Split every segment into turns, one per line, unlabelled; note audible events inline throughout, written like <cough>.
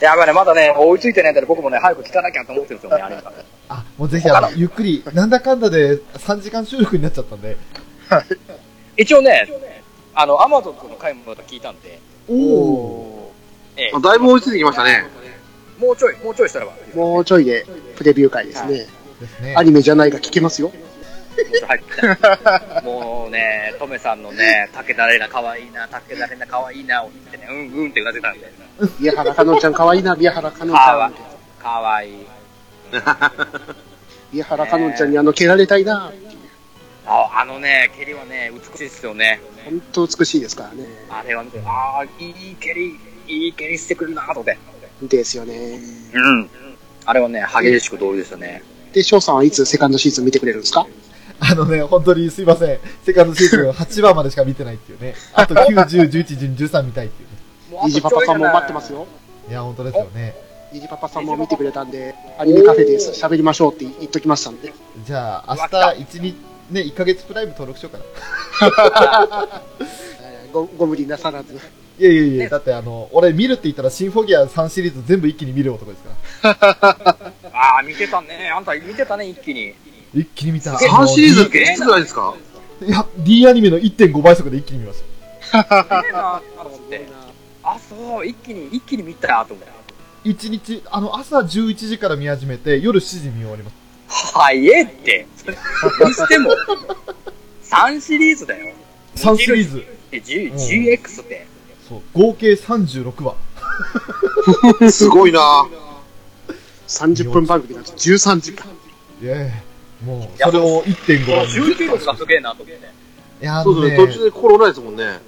やばいね、まだね、追いついてないから僕もね、早く聞かなきゃと思ってるんですよね、あれが。
あ、もうぜひあの、ゆっくり、なんだかんだで3時間収録になっちゃったんで。
一応ね、あの、アマゾン君の回もまた聞いたんで、
おお。
ええ
あだいぶ追いついてきましたね。
もうちょい、もうちょいしたらば、もうちょ
もうちょいでプレビュー会ですね。
ですね
ア。ニメじゃないが聞けますよ。
い入ってもうね、トメさんのね、竹田玲奈かわいいな、竹田玲奈かわいいな、を言ってね、うんうんってうなずいたんで、
宮原かのんちゃん可愛いな、宮原かのんち
か
ゃ
わ
ん。
かわいい。
宮原かのんちゃんにあの、蹴られたいな。
ああのね、蹴りはね、美しいですよね。
本当美しいですからね。
あれは見て、ああ、いい蹴り、いい蹴りしてくるな、とで。
ですよね。
うん。あれはね、激しく同意でしたね。
で、翔さんはいつセカンドシーズン見てくれるんですか
あのね、本当にすいません。セカンドシーズン8話までしか見てないっていうね。あと9、10、11、13見たいっていうね。
もうあと
ニジパパさんも待ってます
ちょい
よ。
いや、本当ですよね。
ニジパパさんも見てくれたんで、アニメカフェで喋りましょうって言っときましたんで。
じゃあ、明日1日、ね、1ヶ月プライム登録しようかな。い
ごご無理なさらず。
やいやいや、だってあの、俺見るって言ったらシンフォギア3シリーズ全部一気に見る男ですから。
だな。ああ、見てたね。あんた見てたね、一気に。
一気に見た。
3シリーズっていつぐらいですか
あのいや、D アニメの1.5倍速で一気に見ました。
すげえなと思って。あ、そう、一気に、一気に見たと思って。
1日、あの、朝11時から見始めて、夜7時見終わりまし
早えって。にしても、3シリーズだよ。
た。3シリーズ。
で G、GX って。
そう、合計36話。
すごいな
30分番組なんて13時間。
いやいやもう、それを1.5
もう
倍速。
19力がすげえなと思って。
いや、あ
そう
の
です
ね
ね、、途中で心折れないですもんね。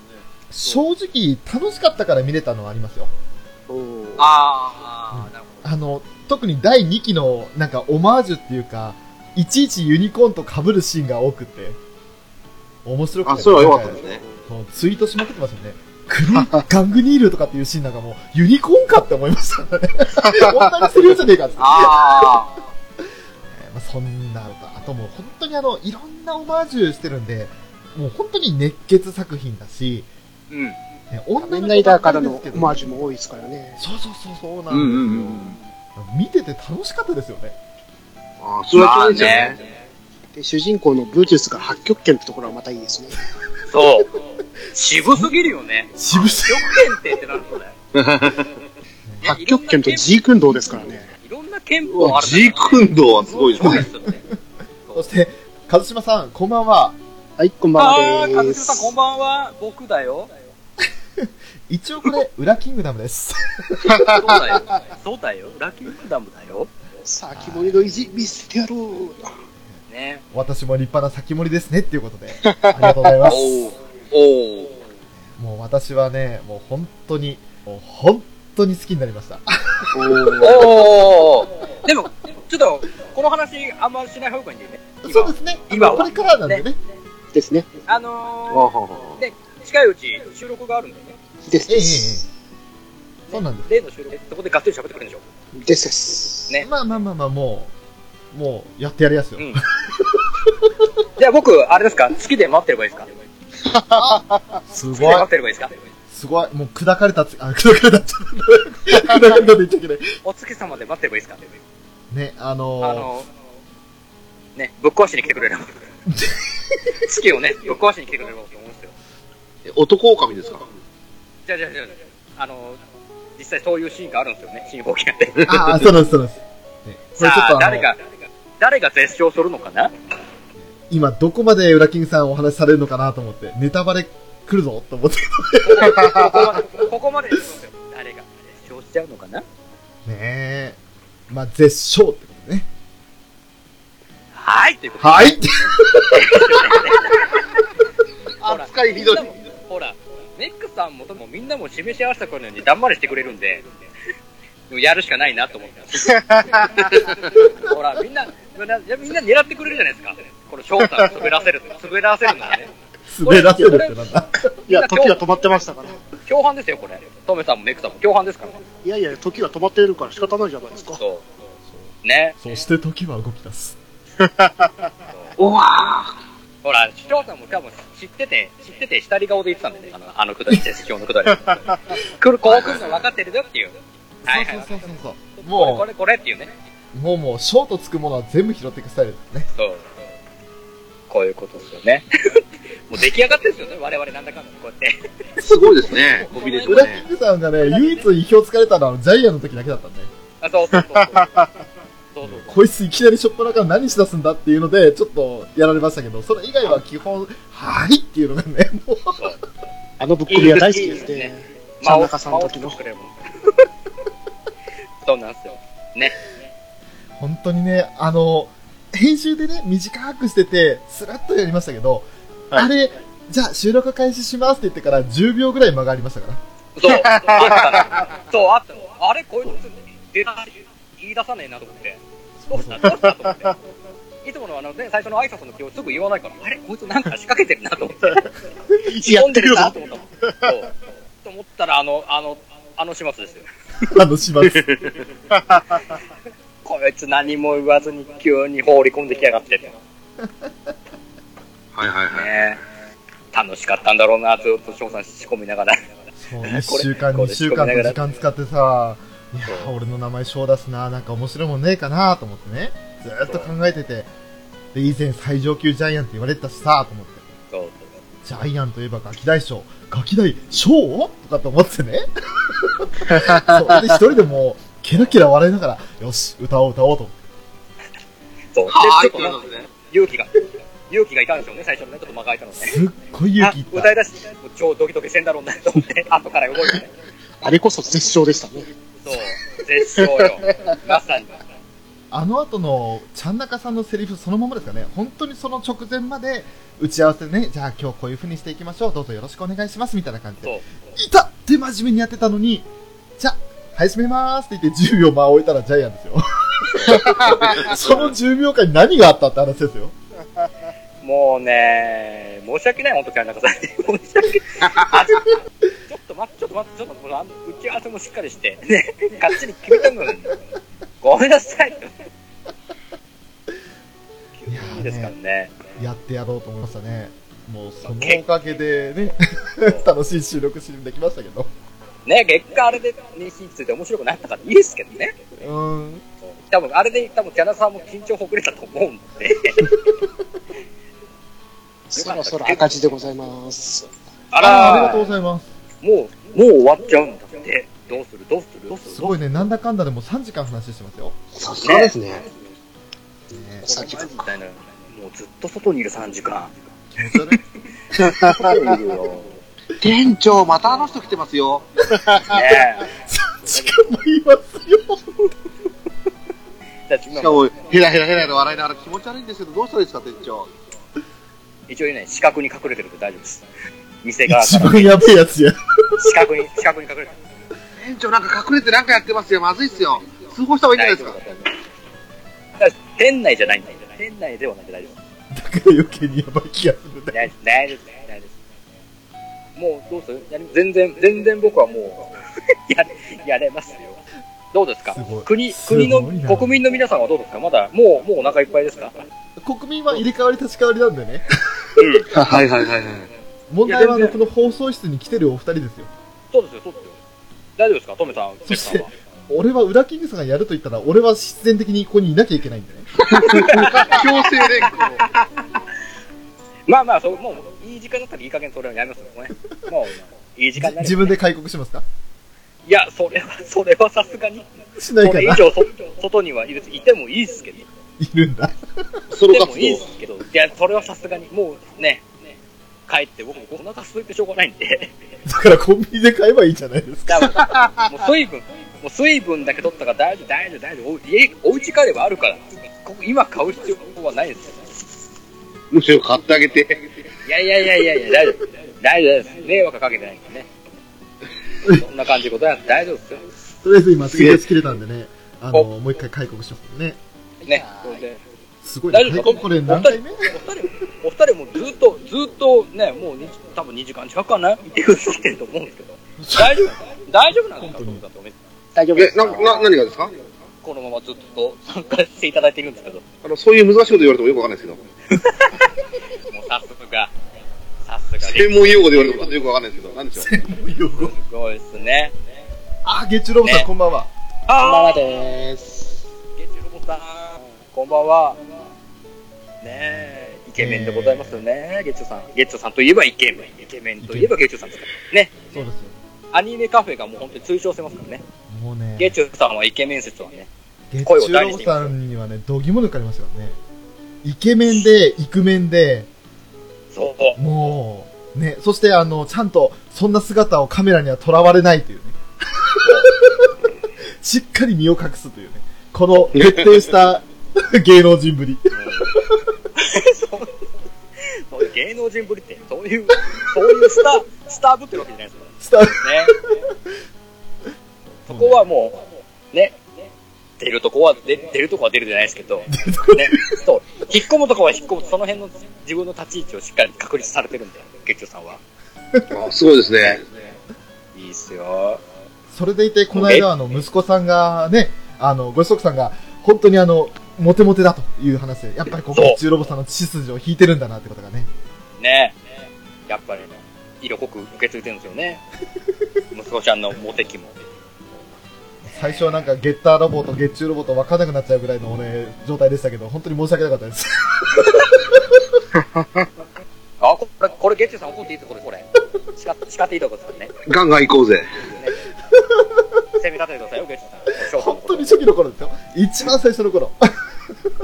正直、楽しかったから見れたのはありますよ。
あ
ああ、なるほ
あの、特に第2期の、なんか、オマージュっていうか、いちいちユニコーンと被るシーンが多くて、面白くて、
あ、それは良かったですね。
もうツイートしまくってましたね。クリガングニールとかっていうシーンなんかもう、ユニコーンかって思いました
<laughs>
ね。こんなにするよじゃねえかって。
ど。ああ。
まあ、そんな歌。あともう本当にあの、いろんなオマージュしてるんで、もう本当に熱血作品だし、
うん。
ね、
仮
女
面
の子
ライ
ば
ダー
っか
から
りで
の
すけ
オ
ど、
マージュも多いですからね。
そうそうそう、そうな
うんうんんう
ですよ。
ん。
見てて楽しかったですよね。
あ、それは良いですよね。
で、主人公のブーティスが八極拳ってところはまたいいですね。
そう。渋すぎるよね。
渋
極
々。
拳ってってなると
<laughs>
だよ。
八極拳と G 君道ですからね。
いろんな剣
う
法あ
わ
る
ジークンドーはすごいですね。
そして、一島さん、こんばんは。
はい、こん
<laughs>
ば
ああ、
んは
か
で
ず
す。
さんこんばんは。僕だよ。
一応これ、裏キングダムです。
そうだよ。そうだよ。ラッキーキングダムだよ。
さあ、木森の意地見せてやろう。
ね。
私も立派な先森ですね、っていうことで。ありがとうございます。
おお。
もう私はね、もう本当に、もう本当に好きになりました。
おお。でも、ちょっと、この話、あんましない方がいいんだよね。
そうですね。
今は
これからなんでね。
ですね。
あ
あ
の
は
ー、で、近いうち収録があるんだよね。
です
えええええ
です。
え。そうなんです。
例の収録で、そこでガッツリ喋ってくれるんでしょ。
ですです。
ね
まあまあまあまあ、もう、もう、やってやりやすよ。
うん。じゃあ僕、あれですか月で待ってればいいですか
す
月で
ごい
待っ。てればいいですか
すごい。もう砕かれたつ、 <laughs> あ、砕かれたっちゃった。砕かれたって言っちゃいけない。
お月様で待ってればいいですか
ね、あのー
あの、ね、ぶっ壊しに来てくれれば。月をね、ぶっ壊しに来てくれればと思うんですよ。
い。男狼ですか
じゃあじゃあじゃあじゃあ、あの、実際そういうシーンがあるんですよね、新冒険で。
ああ、そうなんです、そうなんです。ね、これ
さ
ちょ
あ、
っとあの、
誰が、誰が絶唱するのかな
今どこまで裏キングさんお話しされるのかなと思って、ネタバレ来るぞと思って。 <laughs>
ここまで、ここまで行きますよ誰が絶唱しちゃうのかな
ねえ。まあ、絶唱ってことね。
はいということ
はい
扱い
で
ひどい。
みんなもほら、ネックさんもともみんなも示し合わせた頃のように黙れしてくれるんで、でもやるしかないなと思ってます。
<laughs>
ほら、みんな、みんなみんな狙ってくれるじゃないですか。この翔太を滑らせる、滑らせるのはね。
滑らせるってなんだ。
いや、時は止まってましたから。
共犯ですよ、これ。トメさんもネックさんも共犯ですから。
いやいや、時は止まってるから仕方ないじゃないですか。
そう。ね。
そして時は動き出す。
うわほら、視聴者も多分知ってて、知って
<laughs>
て、下り顔で言ってたんだよね。あの、あのくだりです、今日のくだり。来る、こう来るの分かってるよっていう。はいはい。
そうそうそうそう。
これ、こ
も
れ、これっていうね。
う、もうもう、ショートつくものは全部拾っていくスタイルですね。
そう。こういうことですよね。 <laughs> もう出来上がってるんですよね、我々なんだかんだこうやって。
すごいですね。コンビネーション
裏キン <laughs>
ね。
グさんがね、唯一意表つかれたのはジャイアンの時だけだったんで、
あ、そうそう
<laughs>
そうそう。そうそうそう。
こいついきなりしょっぱなから何しだすんだっていうので、ちょっとやられましたけど、それ以外は基本、はいっていうのがね、もう、
あのぶっ込みは大好きです
いいで
ね
す。
真中さんの時の
魔王作れもん <laughs> そうなんですよ。ね。
本当にね、あの、編集でね、短くしてて、スラッとやりましたけど、
はい
あれ、じゃあ収録開始しますって言ってから10秒ぐらい間がありましたから。
そう、あったな。そう、あったの。あれ、こいつ、出だし、言い出さねえなと思って。どうしたどうしたと思って。いつものあのね、最初の挨拶の気をすぐ言わないから、あれ、こいつなんか仕掛けてるなと思って。
やってるよ
なと思った。そう。と思ったら、あの、あの、あの始末ですよ。
あの、します。
こいつ何も言わずに急に放り込んできやがってとね
はいはいはい。
え楽しかったんだろうな、ずっと翔さん仕込みながら。
そう、1週間、
<laughs> これこれ
2週間
仕込みな
の
がら
時間使ってさ、いや
そ
ー、
う
俺の名前賞出すな、なんか面白いもんねえかなと思ってね、ずーっと考えてて、で、以前最上級ジャイアンって言われてたしさ、と思って、
そう。
ジャイアンといえばガキ大将、ガキ大将とかと思って
<laughs>
ね、それで一人でもう、ケラケラ笑いながら、よし、歌おう歌おうと思って。
そう。で
はーいっ
ちょ
て
っと
な
なんん
で
か
すね。
勇気が、勇気がいたんでしょうね、最初のね、ちょっと間が空いたのね。
すっごい勇気いっ
あ
た
歌。い出し、もう超ドキドキしてんだろうなと思って、後から動いてね。
あれこそ絶唱でしたね。
そう、絶唱よ。まさに。
あの後のちゃん中さんのセリフそのままですかね、本当にその直前まで打ち合わせでね、じゃあ今日こういう風にしていきましょう、どうぞよろしくお願いしますみたいな感じで、
そう。
いたって真面目にやってたのに、じゃあ、始めまーすって言って10秒間置いたらジャイアンですよ。 <laughs> その10秒間に何があったって話ですよ。
もうね、申し訳ない、本当、キャラ中さんに。申し訳あちょちょっと待って、ちょっと待って、ちょっと待って、あの打ち合わせもしっかりして、ね、がっちり決めたのに。ごめんなさい。
いや
い
ー
いですから
ね、
ね。
やってやろうと思いましたね。もうそのおかげでね、 <laughs> 楽しい収録しできましたけど。
ね、結果あれで妊娠ついて面白くなったからいいですけどね。
うーん。
多分あれで、多分キャラさんも緊張ほぐれたと思うんで。
そろそろ赤字でございます。
あ
あーあり
ら
がとうございます。
もう、もう終わっちゃうんだって。どうするどうするどうする
すごいね、なんだかんだでもう3時間話してますよ。
さ
すがです
ね。
ね
3時間みたいな。もうずっと外にいる3時間。
気持ち悪い
外にいるよ。
店長、またあの人来てますよ。
ね
時間も言いますよ。
え。だって
し
今
か
も
も、ヘラヘラヘラヘラ笑いながら気持ち悪いんですけど、どうしたらいいですか、店長。
一応ね、四角に隠れてるんで大丈夫です。店側か
一
ら
番やべえやつや。
四角に、四角に隠れてる。
店長、なんか隠れてなんかやってますよ。まずいっすよ。通報した方がいいんじゃないですか。
だから店内じゃないんだよ。店内ではないんで大丈夫。
だから余計にやばい気がするね。
大丈夫、大丈夫、大丈夫。もうどうするやり全然、全然僕はもうやれ、やれますよ。どうですか
すごい
国、
すごい
国
な
の、国民の皆さんはどうですかまだ、もう、もうお腹いっぱいですか
<laughs> 国民は入れ替わり立ち替わりなんでね。 <laughs>
はいはいはいはい。
問題はあ
いや
の、
全
この放送室に来てるお二人ですよ。
そうですよ、そうですよ。大丈夫ですかトメさん、
そし
ペッさ
て
んは
俺は裏キングさんがやると言ったら、俺は必然的にここにいなきゃいけないんでね。
強制連行。
まあまあ、そう、もう、いい時間だったらいい加減それはやめますよ、ね。もう、いい時間になりますね
自分で開国しますか
いや、それは、それはさすがに。
しない
こ
か
れ以
な。
上、そ外にはいる、いてもいいですけど。
いるんだ。
ソ
で
ロ
も
活動
いいですけど、いや、それはさすがに、もうね、帰って、僕もお腹空いてしょうがないんで、
だからコンビニで買えばいいじゃないですか。
だからもう水分、もう水分だけ取ったから大丈夫、大丈夫、大丈夫、お家お家帰ればあるから、ここ今買う必要はないですよ。
むしろ買ってあげて。
いやいやいやいやいや、大丈夫、大丈夫です。迷惑はかけてないからね。そんな感じでございます。大丈夫ですよ。
とりあえず今、制圧切れたんでね、あの、もう一回開国しようね。
ね、それで、
すごいな。
大丈夫
開国これ何回目
お二人も、お二人もずっと、ずっとね、もうに多分2時間近くかな見てくださってると思うんですけど、大丈夫、大丈夫なんですか、
本当
そ
に
うだと思います
大丈夫で
え、
す
な、
か
な、何がですか
このままずっと参加していただいているんですけど、
あの、そういう難しいこと言われてもよくわかんないですけど。
もう早速が、さすがで
専門用語で言われてもよくわかんないですけど、なんでしょう。
もういいよ
すごいですね。
あ、ゲッチュロボさん、
ね
こんばんは。
こんばんは
あ
です。
ゲッチュロボさん、こんばんは。ねえ、イケメンでございますよね、ゲッチュさん。ゲッチュさんといえばイケメン、イケメンといえばゲッチュさんですからね。
そうですよ。
アニメカフェがもう本当に通称してますからね。
もうね、
ゲッチュさんはイケメン説はね。
ゲッ
声を
チュ
大
ロ
に
ボ
しています
さんにはね、度肝抜かれますよね。イケメンで、イクメンで、
そう。
もう、ね、そしてあの、ちゃんと、そんな姿をカメラには囚われな
<laughs>
いというね。しっかり身を隠すというね。この、徹底した芸能人ぶり。
そうそういう芸能人ぶりって、そういう、そういうスター、スターぶってるわけじゃないですから
スタッフ
ね。そこはもう、ね、出るとこは出、出るとこは出るじゃないですけど、ね、そう、引っ込むとこは引っ込む、その辺の自分の立ち位置をしっかり確立されてるんで、月長さんは。
あすごいですね。
いいっすよ。
それでいて、この間、あの、息子さんがね、あの、ご子息さんが、本当にあの、モテモテだという話で、やっぱりこ
そ
こ、
う
ゲッチュロボさんの血筋を引いてるんだなってことがね。
ねやっぱり、色濃く受け継いでるんですよね。息子ちゃんのモテ期も。
最初はなんか、ゲッターロボとゲッチュロボと分かんなくなっちゃうぐらいのね、状態でしたけど、本当に申し訳なかったです。
あ、これ、これ、月長さん怒っていいところこれ。叱って、叱っていいとこですからね。
ガンガン行こうぜ。
攻め立ててくださいよ、ゲッチュさ
<laughs>
ん。
<laughs> 本当に初期の頃ですよ。一番最初の頃。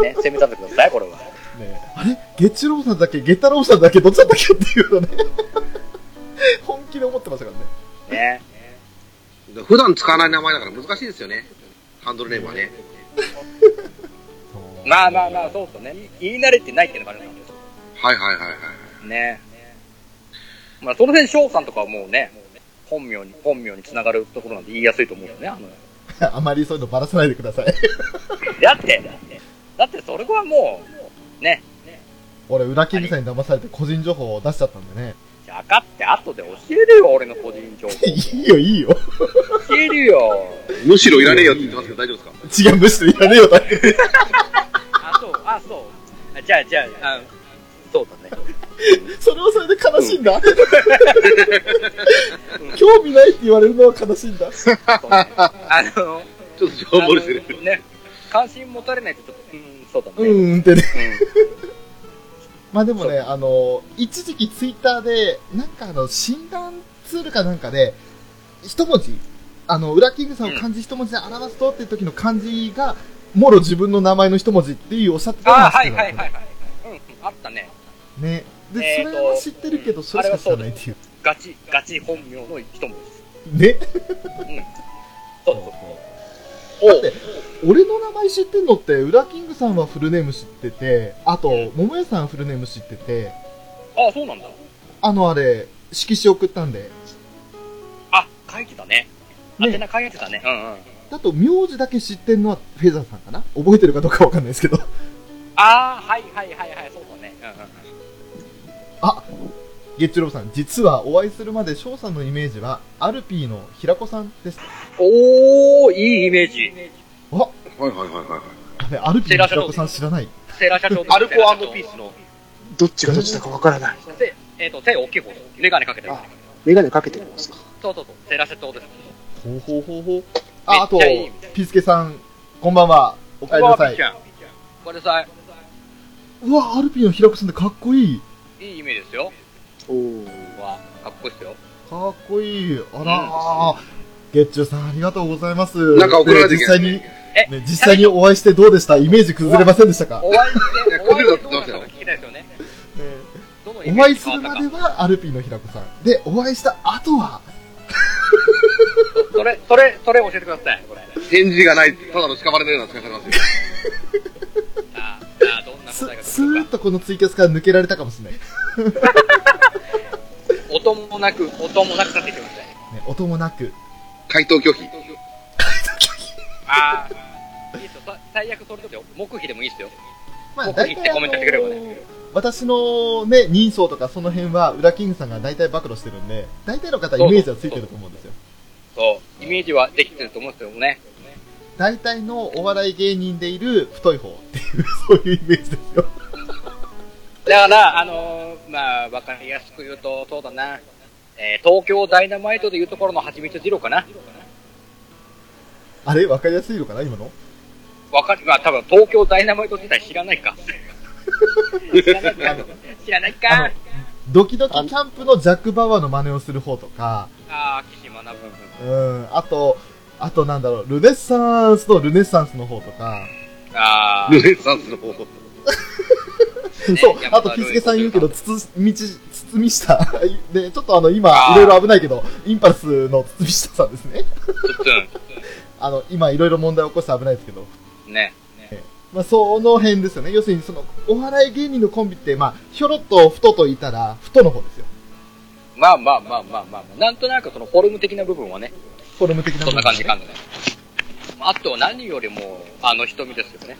ね、攻め立ててください、これは。
ねあれゲッチュロボさんだっけゲッタロボさんだっけどっちだったっけっていうのね。 <laughs> 本気で思ってましたからね。
ね。
普段使わない名前だから難しいですよね。ハンドルネームはね。
まあまあまあ、そうそうね。言い慣れてないっていうのがあるんですよ。
はいはいはいはい。
ね。まあ、その辺、翔さんとかはもうね、本名に、本名につながるところなんて言いやすいと思うよね、あの。
あまりそういうのばらさないでください。
だって、だってそれはもう、ね、
<laughs> 俺、裏キングさんに騙されて個人情報を出しちゃったんでね。
じゃあかって後で教えるよ、俺の個人情報。
いいよ、いいよ。
教えるよ。
むしろいらねえよって言ってますけど大丈夫ですか
違う、むしろいらねえよ、だって
あ、そう、あ、そう。あじゃあ、じゃあ、あそうだね。
それはそれで悲しいん <laughs> だ。興味ないって言われるのは悲しいんだ。
そうねあの、
ちょっと情報漏れしてる。
あのね、関心持たれないとちょっと、うん、そうだ
う
ね。うん。
ーんってね。まあでもね、あの、一時期ツイッターで、なんかあの、診断ツールかなんかで、一文字、あの、裏キングさんを漢字一文字で表すとっていう時の漢字が、もろ自分の名前の一文字っていうおっしゃってた
あ
ん
あ、
です
は
け
い
ど、
はいはいはい。うん、あったね。
ね。
えー
で、そ
と
れは知ってるけど、それしか知らないっていう。
ガチ、ガチ本名の一文字です。
ね。
そう
そう
そう。
だって、俺の名前知ってんのって、裏キングさんはフルネーム知ってて、あと、桃屋さんフルネーム知ってて、
おあ、そうなんだ。
あのあれ、色紙送ったんで、
あ、書いてたね。
ね
宛名書いてたね。うんうん。
あと、名字だけ知ってんのはフェザーさんかな覚えてるかどうかわかんないですけど。 <laughs>
ああ、はいはいはいはい、そうだね。うんうんうん。
あゲッチュロブさん、実はお会いするまで翔さんのイメージは、アルピーの平子さんです。
おー、いいイメージ。
あ
はいはいはいはい。
あれ、アルピーの平子さん知らない。
セラ社長
アルコーピースの。
どっちがどっちだかわからない。
せえっ、と、手大きい方です。メガネかけてる。
あ、メガネかけてるんですか。
そうそうそう。セラ社長です。
ほうほうほうほう。あ、あと
めっちゃいい、
ピースケさん、こんばんは。おかえりなさい。
ゃん。これさ、
うわ、アルピーの平子さんってかっこいい。
いいイメージですよ。
おー
わ、かっこいいですよ。
かっこいい。あらー。ゲッチュさん、ありがとうございます。
なんか送られ
で実
てきた
際
よ
に、
ね
ね、実際にお会いしてどうでしたイメージ崩れませんでしたか
お会いして、お会いしてどうなったか聞きたいですよね。
ね
どのイ
お
メー
会い
ジ
す
変わっ
る
た
ま
か
で。はアルピーの平子さん。で、お会いした後は、
それ、それ、それ教えてください。これ。
返事がない、ただの屍のような扱いされますよ。
あー、あーどんな
す
答えが
ス
来
ー
る
ッ
か。
とこのツイキャスから抜けられたかもしれない。ね、
音もなく、音もなくなってきてください。
音もなく。
回答拒否。
ああ。いいっすよ。さ最悪それでも、黙秘でもいいっすよ。
ま
黙秘ってコメントしてくれれば
あの
ね。
私のね、人相とかその辺は、裏キングさんが大体暴露してるんで、大体の方はイメージはついてると思うんですよ。
そう。イメージはできてると思うんですけどもね。
大体のお笑い芸人でいる太い方っていう、 <laughs> そういうイメージですよ。
だから、あのーまあ、わかりやすく言うと、そうだな。えー東京ダイナマイトでいうところの蜂蜜二郎かな。
あれわかりやすいのかな今の
わかる、まあ多分東京ダイナマイト自体知らないか。知らないか。知らない
あ
か
の。ドキドキキャンプのジャック・バワーの真似をする方とか、
ああ、岸学ぶ。
うん、あと、あとなんだろう、ルネッサンスのルネッサンスの方とか、
ああ、
ルネッサンスの方法。
そう
いや、
あと、
まあ
日付さん言うけど、つつ、みち、包み <laughs> 下。で、ちょっとあの、今、
あー
いろいろ危ないけど、インパルスの包み下さんですね。
つ
あの、今、いろいろ問題起こして危ないですけど。
つん。ね。
まあ、その辺ですよね。要するに、その、お笑い芸人のコンビって、まあ、ひょろっと太といたら、太の方ですよ。
まあまあまあまあまあまあ、なんとなくそのフォルム的な部分はね、
フォルム的な部
そん
分
な
は
感
ね、
じかんね。あと何よりも、あの瞳ですよね。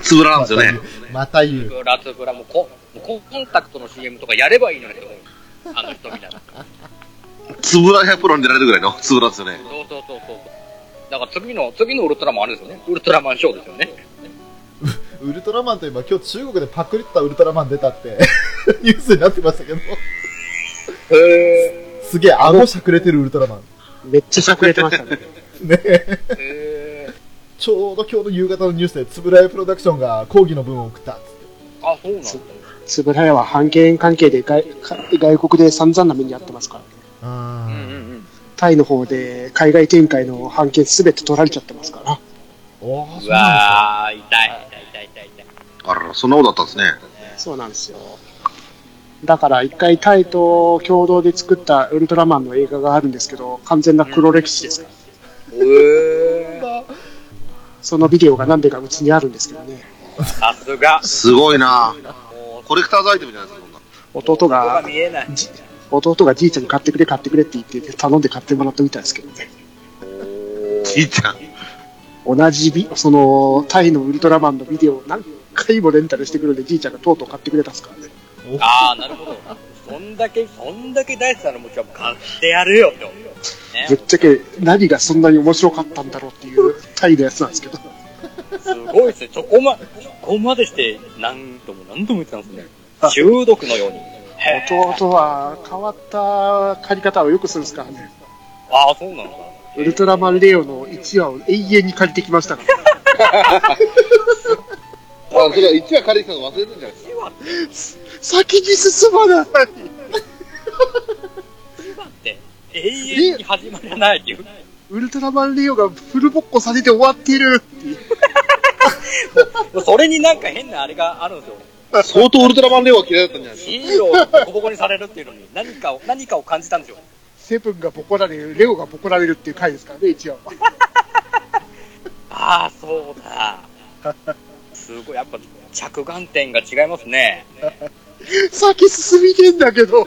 つぶらなんですよね。
また言う。また言う。
ラツブラもコココンタクトの CM とかやればいいのにと思う。あの瞳だな。
つぶら100プロに出られるぐらいのつぶらですよね。
そうそうそうそう。だから次の、次のウルトラマンあれですよね。ウルトラマンショーですよね。
ウルトラマンといえば、今日中国でパクリったウルトラマン出たって、 <laughs> ニュースになってましたけど、
へ
すげえ、顎しゃくれてるウルトラマン。
めっちゃしゃくれてましたね。
ね
ー。へー。
ちょうど今日の夕方のニュースで、つぶらやプロダクションが抗議の分を送ったっつって。
あ、そうなんだ。
つぶらやは判権関係で外か外国で散々な目に遭ってますから。
あ
うんうん
ー
うん。
タイの方で海外展開の判決すべて取られちゃってますから。
おー、そう
う
なん
わー、痛い、痛い、痛い、痛い。
あらら、そんなことあったんですね。
そうなんですよ。だから一回タイと共同で作ったウルトラマンの映画があるんですけど、完全な黒歴史ですから。
うー。
だ。
そのビデオが何でかうちにあるんですけどね。
さすが。
すごいな
もう、
コレクターズアイテムじゃないですか、そんな。
弟
ここが
が、
見えない。
じ弟がじいちゃんに買ってくれ買ってくれって言って頼んで買ってもらったみたいですけどね。
じいちゃん。
同じビ、そのタイのウルトラマンのビデオを何回もレンタルしてくるんでじいちゃんがとうとう買ってくれたんですからね。
あー、なるほど。そんだけ、そんだけ大好きなのもちろん買ってやるよって思う。ね
ぶっ、ちゃけ何がそんなに面白かったんだろうっていうタイのやつなんですけど。
すごいですね。そこま、そこまでして、何度も何度も言ってたんですね。中毒のように。へー
弟は変わった借り方をよくするんですからね。
ああ、そうなのか。
ウルトラマンレオの1話を永遠に借りてきましたから。
あ、それは1話借りてきたの忘れてるんじゃないですか。
先に進まない
って、永遠に始まらないっていう。
ウルトラマンレオがフルボッコさせて終わっている
それになんか変なあれがあるんですよ。
相当ウルトラマンレオは嫌いだったんじゃないです
ヒーローをボコボコにされるっていうのに、何かを、何かを感じたんですよ。
セブンがボコられる、レオがボコられるっていう回ですからね、1話は。
ああ、そうだ。すごい、やっぱ着眼点が違いますね。
先進みてんだけど。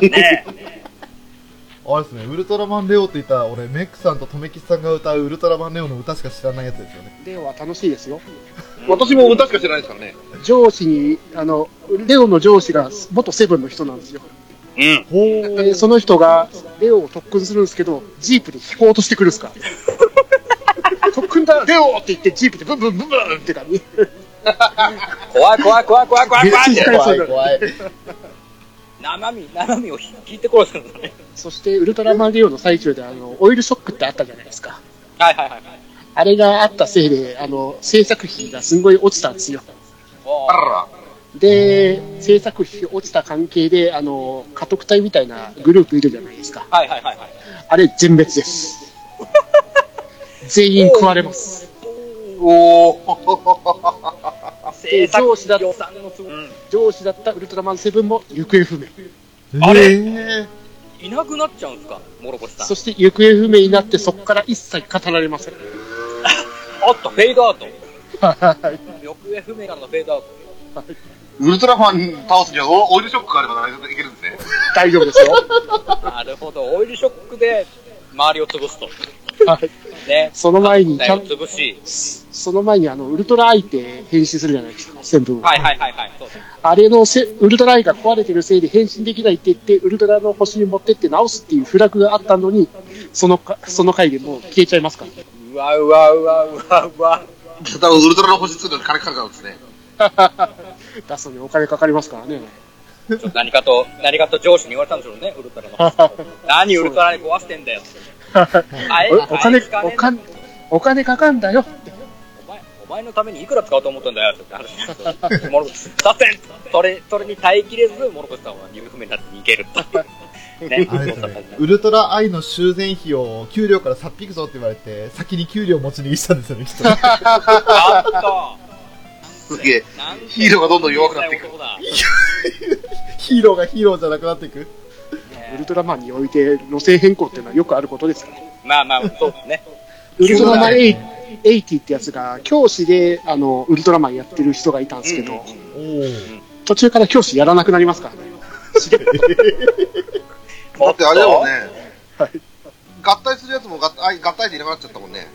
ね
あれですね、ウルトラマンレオって言ったら、俺、メックさんととめきちさんが歌うウルトラマンレオの歌しか知らないやつですよね。
レオは楽しいですよ。
か。私も歌しか知らないですからね。
上司に、あの、レオの上司が元セブンの人なんですよ。
うん。
ほー。
でその人がレオを特訓するんですけど、ジープに引こうとしてくるんですから。特訓だ、レオって言って、ジープでブンブンブンブンって感じ。
怖い怖い怖い怖い怖い <laughs> 怖いって。
怖い怖い。
生身、生身を引いて殺すんだね。
そして、ウルトラマンリオの最中で、あの、オイルショックってあったじゃないですか。
はいはいはい。
あれがあったせいで、あの、制作費がすんごい落ちたんですよ。
お
あらら。
で、制作費落ちた関係で、あの、家督隊みたいなグループいるじゃないですか。
はいはいはいはい。
あれ、全滅 <laughs> です。全員食われます。
おお。
制作
上司だ
予算の都合
上司だったウルトラマンセブンも行方不明。
あれ
え
いなくなっちゃうんですか、モロコシさん。
<laughs> そして行方不明になってそこから一切語られません。
おっと、フェードア <laughs> ウト。
はい
行方不明からのフェードアウト。
ウルトラマン倒すにはオオイルショックがあればならいけるんですね。
大丈夫ですよ。 <laughs>
なるほど、オイルショックで周りを潰すと。
はい
ね。
その前に、ち
体
ゃ
を
ん
潰し。
その前にあの、ウルトラアイって変身するじゃないですか、セブンは。
はいはいはいはい。そうです
あれのせ、ウルトラアイが壊れてるせいで変身できないって言って、ウルトラの星に持ってって直すっていうフラグがあったのに、そのか、その回でもう消えちゃいますから。 <laughs>
うわうわうわうわうわ。
多分ウルトラの星作るのに金かかるんですね。
出すのにお金かかります <laughs> からね。
ちょっと何かと、何かと上司に言われたんでしょうね、ウ
<laughs>
ルトラの。何ウルトラに壊してんだよって。あえ
おお金
あえつか、ねえ
お金、お金かかんだよって。
お前、お前のためにいくら使おうと思ったんだよって話になって、モロコス、させんそれ、それに耐えきれず、モロコスさんは行方不明になって逃げるっていう。ね、<laughs>
あれですよね、ウルトラアイの修繕費を給料からさっぴくぞって言われて、先に給料持ち逃げしたんですよね、きっと。 <laughs>
あっ
すげえ。
となんて
ヒーローがどんどん弱くなっていく
小さい男だ
ヒーローがヒーローじゃなくなっていく。
ウルトラマンにおいて路線変更っていうのはよくあることですから。
まあまあ、そうですね。
ウルトラマン80ってやつが、教師で、あの、ウルトラマンやってる人がいたんですけど、
おー
途中から教師やらなくなりますからね。
だってあれだもんね。
はい
合体するやつも合体合体でいなくなっちゃったもんね。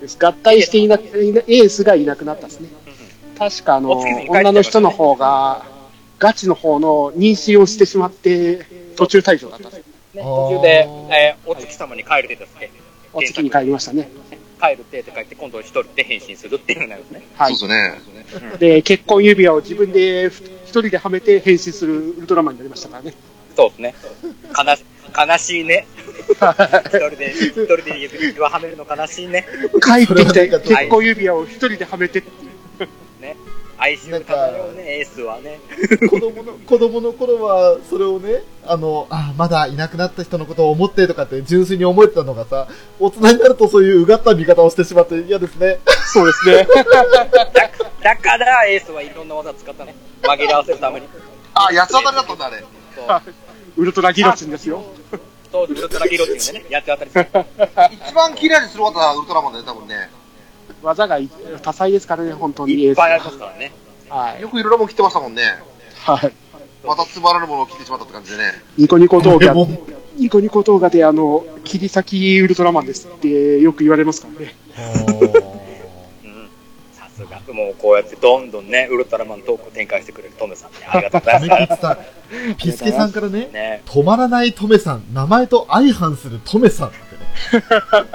です合体していなく、いなエースがいなくなったんですね。確か、あの、
お月見帰ってましたね
女の人の方が、ガチの方の妊娠をしてしまって、途中退場だったんです
ね
よ。
あー
途中で、えーお月様に帰る手だっけ
お月に帰りましたね。
帰る手って帰って、今度一人で変身するっていうのですね。
はい。
そうですね。
で、結婚指輪を自分でふ一人ではめて変身するウルトラマンになりましたからね。
そうですね。悲し、悲しいね。一人で、一人で指輪はめるの悲しいね。
帰って
それはな
きて、
んかちょっと
結婚指輪を一人ではめて、
哀愁漂うね、エースはね。
子供の、子供の頃は、それをね、あの、あ、まだいなくなった人のことを思ってとかって純粋に思えてたのがさ、大人になるとそういううがった見方をしてしまって嫌ですね。
そうですね。
だから、エースはいろんな技使ったね。紛らわせるために。
あ、八つ当たりだったんだ、あれ。
そう。
ウルトラギロチンですよ。
当時、ウルトラギロチンでね、やって当たりする。
一番嫌いにする技はウルトラマンだよ、多分ね。
技がい多彩ですからね、本当に。
いっぱいあり
は
ますからね。
はい
よ。くいろいろもん切ってましたもんね。
はい。
またつまらぬものを切ってしまったって感じでね。
ニコニコ動
で
画、
も、
ニコニコ動画で、あの、切り裂きウルトラマンですってよく言われますからね。
うん。さすが。もうこうやってどんどんね、ウルトラマントークを展開してくれるトメさんね。ありがとうござい
め
ま
きつさん、ピスケさんからね
す。、ね。
止まらないトメさん、名前と相反するトメさんって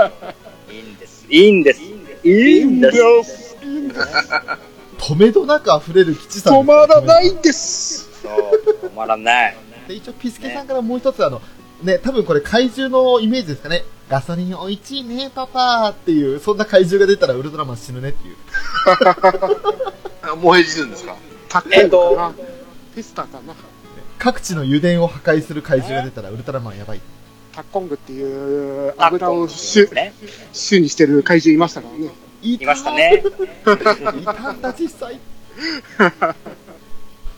ね。
いいんです。いいんです。いいんです。
止めどなく溢れる吉さん。
止まらないんです
そう。止まらない。
で一応、ピスケさんからもう一つ、あの、ね、多分これ怪獣のイメージですかね。ガソリンおいちいね、パパーっていう、そんな怪獣が出たらウルトラマン死ぬねっていう。
あ燃え死ぬんですか。
タックルかな、ピスターかな
各地の油田を破壊する怪獣が出たらウルトラマンやばい。
タッコングっていう油を主主にしてる怪獣いましたからね。
い
いました。ね。
いたんだ、実際。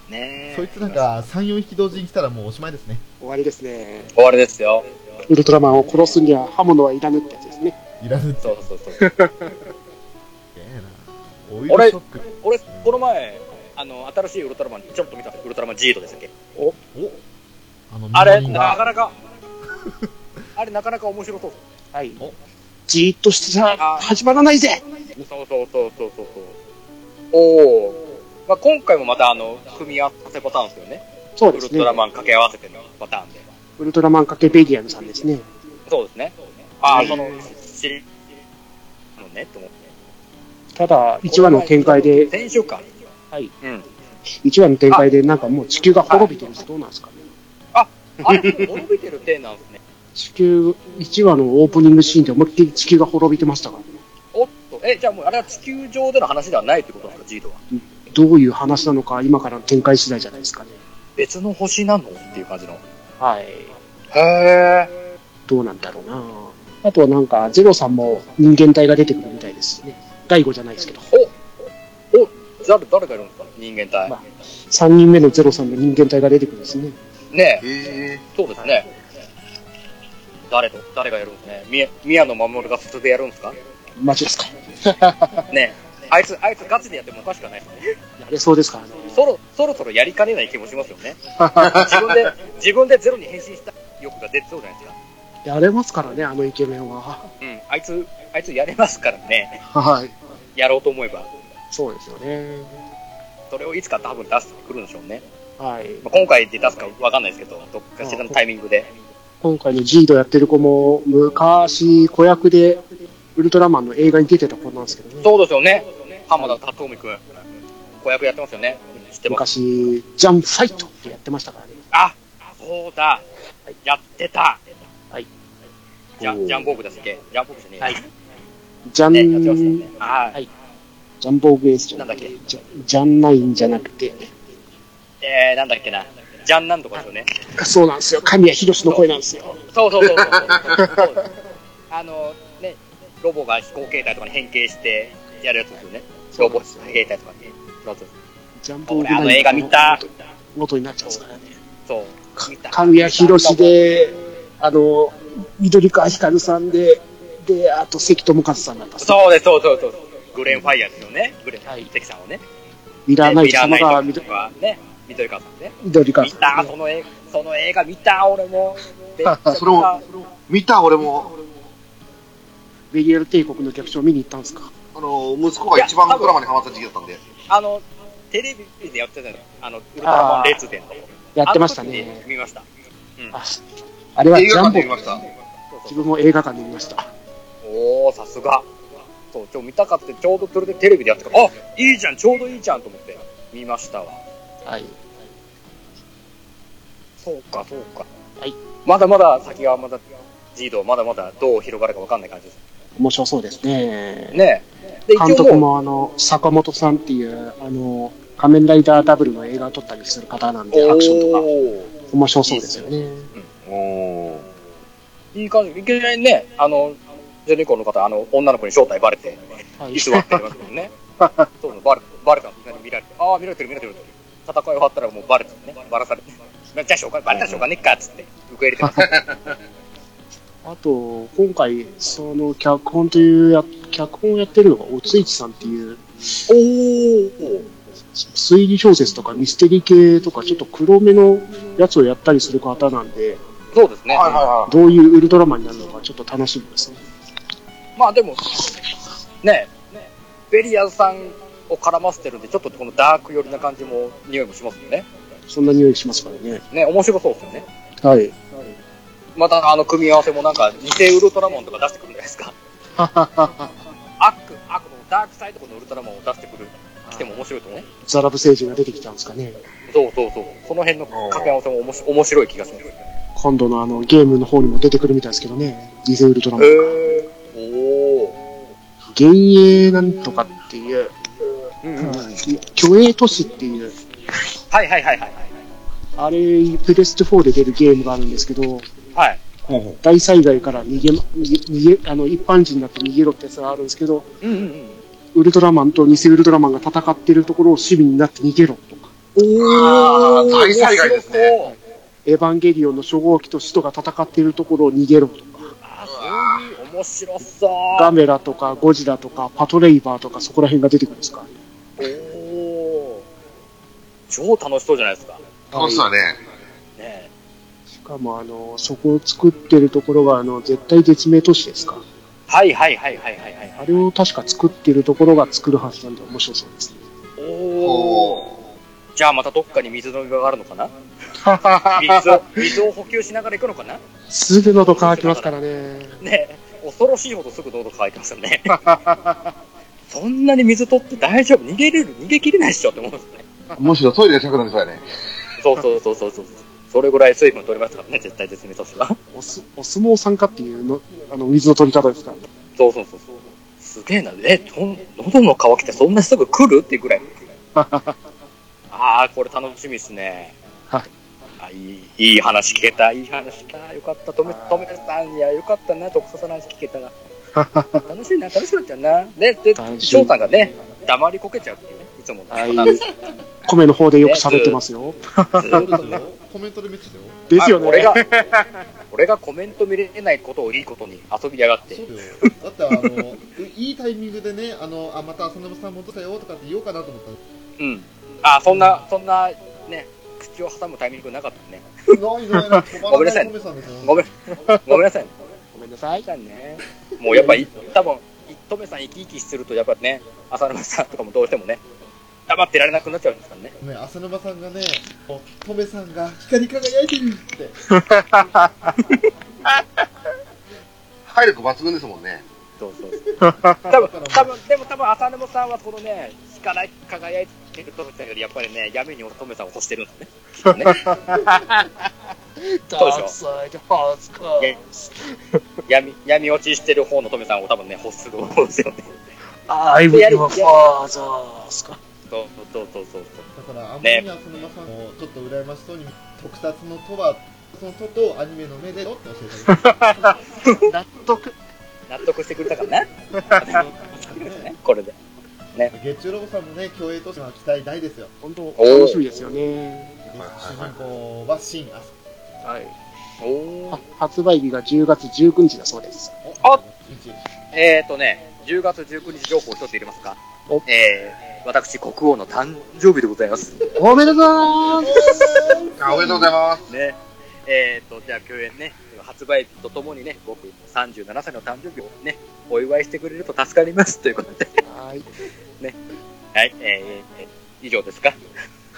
ね
そいつなんか、3、4匹同時に来たらもうおしまいですね。
終わりですね。
終わりですよ。
ウルトラマンを殺すには刃物はいらぬってやつですね。
いらぬって。
そうそうそう。
すげえな。オイルショック。
俺、この前、あの、新しいウルトラマンちょっと見たんですウルトラマンジードでしたっけ
おあの、
あれ、
みん
な
な
かなか、あれ、なかなか面白そう。
はい
お。
じーっとしてちゃ始まらないぜ
そうそうそうそうそうそう。おお。まあ、今回もまた、あの、組み合わせパターンですよね。
そう
ウ
で
ル
すね
ト。ラマン掛け合わせてのパターンで。
ウルトラマンかけベリアンさんですね。
そうですね。ああ、その、知り、のね、と思って。
ただ、1話の展開で、
先週か。
はい。
うん。
1話の展開でなんかもう地球が滅びてるんです。どうなんですかね。
あれ、滅びてる体なんですね。 <laughs>
地球、1話のオープニングシーンで思いっきり地球が滅びてましたからね。
おっと、え、じゃあもう、あれは地球上での話ではないってことなんですか、ジードは。
どういう話なのか、今からの展開次第じゃないですかね。
別の星なのっていう感じの。
はい。
へえ。
どうなんだろうなあとはなんか、ゼロさんも人間体が出てくるみたいですね。第5じゃないですけど。
誰、誰がいるんですか人間体。
まあ3人目のゼロさんの人間体が出てくるんですね。
ねえ、
へえ。
そうですね。誰と、誰がやるんですね。み、宮野守が素でやるんですか
マジですか。
ねえ。あいつ、あいつガチでやってもおかしくはないですね。
やれそうですからね。
そろ、そろそろやりかねない気もしますよね。自分で、自分でゼロに変身した欲が出そうじゃないですか。
やれますからね、あのイケメンは。
うん、あいつ、あいつやれますからね。
はい。
やろうと思えば。
そうですよね。
それをいつか多分出してくるんでしょうね。
はい。
まあ、今回で出すかわかんないですけど、どっかしらのタイミングで。
今回のジードやってる子も、昔、子役で、ウルトラマンの映画に出てた子なんですけどね。
そうですよね。浜田辰臣君。子役やってますよね。知ってます。
昔、ジャンプファイトってやってましたからね。
あ、そうだ。やってた。
はい。
じゃ、ジャンボーブだっけジャンボーブじゃねえ。
はいジャン、
ね、やってますよね。は。
はいいジャンボーグエースじゃなくて
なんだっ、
ジャジャンナインじゃなくて、
えー、なんだっけな。ジャンなんとかですよね。
そうなんですよ。神谷博士の声なんですよ。
そうそうそうそうそうそうです。あの、ね、ロボが飛行形態とかに変形してやるやつですよね。ロボ飛行形態とかに。そうそう
ジャンボーグ
俺、
ナイン
あの映画見た。
元になっちゃうんですからね。
そう。見た
神谷博士。で、あの、緑川光さんで、で、あと関智一さんだったっすね
そうです、そうそうそう。グレンファイヤーですよね。グレン、
はい
関さんをね。
ミラーナイト様
ミラ
が
ーナイトとかはね、緑川さんね。
緑川
見た
さん、
その映画、その映画見た俺も。めっちゃ見た
それも見た、俺も。
ベリエル帝国の逆唱見に行ったんですか
あの、息子が一番ドラマにハマった時期だったんで。
あの、テレビでやってたのあの、ウルトラマン列伝と。
やってました
あの時
ね。
見ました。
ああれはジ
映画
ャン
館
ボ
で見、ました。
自分も映画館で見ました。
おおさすが。そう、今日見たかって、ちょうどそれでテレビでやってたから、あいいじゃん、ちょうどいいじゃんと思って、見ましたわ。
はい。
そうか、そうか。
はい。
まだまだ先がまだ、ジード、まだまだどう広がるかわかんない感じです。
面白そうですね。
ねえ。で、
監督
もう
もあの、坂本さんっていう、あの、仮面ライダーダブルの映画を撮ったりする方なんで、アクションとか
お
面白そうですよね。
おー。
ーいい感じ。いきなりね、あの、ゼネコンの方、あの、女の子に正体バレて、
はい
椅。子割ってますもん
<laughs>
ね。そうそうバレ、バレた。みんなに見られて、ああ、見られてる、見られてると。戦い終わったらもうバレてね、バラされて。じゃあ、しょうがバレたらしょうがねっか、つって、受け入れてます。
あと、今回、その、脚本というや、脚本をやってるのが、おついちさんっていう、
おー
推理小説とかミステリー系とか、ちょっと黒目のやつをやったりする方なんで、
そうですね。
はいはいはい。
どういうウルトラマンになるのか、ちょっと楽しみですね。
まあでも、ねえ、ベリアさんを絡ませてるんで、ちょっとこのダーク寄りな感じも、匂いもしますよね。
そんな匂いしますからね。
ね、面白そうですよね。
はい。
またあの組み合わせもなんか、偽ウルトラモンとか出してくるんじゃないです
<laughs>
か。悪、悪のダークサイドのウルトラモンを出してくる、来ても面白いと思うね。
ザラブ星人が出てきたんですかね。
そうそうそう。その辺の掛け合わせもおもし面白い気がします。へ
今度のあの、ゲームの方にも出てくるみたいですけどね。偽ウルトラマン。
え。おお。
幻影なんとかっていう、
うんうん。はい
虚影都市っていう、
はいはいはいはい。
あれ、プレステ4で出るゲームがあるんですけど、
はい。
ほうほう。
大災害から逃げま、逃げ、逃げあの、一般人になって逃げろってやつがあるんですけど、
うんうん
ウルトラマンと偽ウルトラマンが戦ってるところを市民になって逃げろとか、
うん。
あー
ー
大災害ですね
面白そう
エヴァンゲリオンの初号機と使徒が戦ってるところを逃げろとか、
あーそういう面白そう。
ガメラとかゴジラとかパトレイバーとかそこら辺が出てくるんですか
おー超楽しそうじゃないですか。ね
楽しそうだね。
え。
しかもあの、そこを作ってるところがあの、絶対絶命都市ですか
はいはいはいはいはいはい。
あれを確か作ってるところが作るはずなんで面白そうですね。
おお。
おー。
じゃあまたどっかに水飲み場があるの <laughs> かな水を水を補給しながら行くのかな
すぐ喉乾きますからね。
ねえ恐ろしいほどすぐ喉乾いてますよね。そんなに水取って大丈夫逃げれる逃げ切れないっしょって思うんですね。
むしろトイレでしゃくるんですよね。
そうそうそうそうそう。それぐらい水分取りますからね、絶対絶命としては。
おすお相撲さんかっていうの、あの、水の取り方ですから。
そうそうそうそう。すげえな。え、とん喉の渇きってそんなすぐ来るっていうぐらい。ああ、これ楽しみですね。
はい。
あいい、いい話聞けた。いい話聞けた。よかった。止め、止めたんや。よかったな。特撮の話聞けたら。楽しいな。楽しくなっちゃうな。ね、で、
楽しい
翔さんがね、黙りこけちゃうっていうね。いつもの。
はい。 <laughs> 米の方でよく喋ってますよ。
ずーっとね
コメントで見てたよ。
<laughs> ですよ
あ俺
ね。
が、俺がコメント見れないことをいいことに遊びやがって
そ。うだよ。だって
<laughs>
あの、いいタイミングでね、あの、あ、また浅沼さん戻ったよとかって言おうかなと思った
うん。あーそんな、そんな、ね、口を挟むタイミングなかったね。
の。ないないない、
ごめんなさい
止まらコメさんですよ
ごめん、ごめんなさいね。
ごめんなさい。
だね。もうやっぱい、多分、いとめさん生き生きすると、やっぱね、浅沼さんとかもどうしてもね、黙ってられなくなっちゃうんですからね。
ね、浅沼さんがね、トメさんが光り輝いてるって。
体力抜群ですもんね。
そうそうそう。多分、多分、でも多分浅沼さんはこのね、光り輝いてるとめさんより、やっぱりね、闇に乙女さんを欲してるん <laughs> だね。きっとね。
Dark side of
いや
course.
闇、闇落ちしてる方のトメさんを多分ね、欲すると思うんですよね。
I will be your father っすか。
そうそうそうそう。
だから、あんまりはそのまさんもちょっと羨ましそうに、特撮のとは、そのととアニメの目でとって教えてあ
納得。
納得してくれたからね。
げ
<laughs>
るね。
これで。
月中ロボさんもね、競泳としては期待大ですよ。
本当、楽しみですよね。
主人公はシン・アス
はい。
おお
は。発売日が10月19日だそうです。
あ
一日
えーとね、10月19日情報一つ入れますか
お。
えー、私、国王の誕生日でございます。
おめでとうございます
あおめでとうございます。
ね。えーと、じゃあ、共演ね、発売日とともにね、僕、37歳の誕生日をね、お祝いしてくれると助かります。ということで。
はい。
はい、えー、えー以上ですか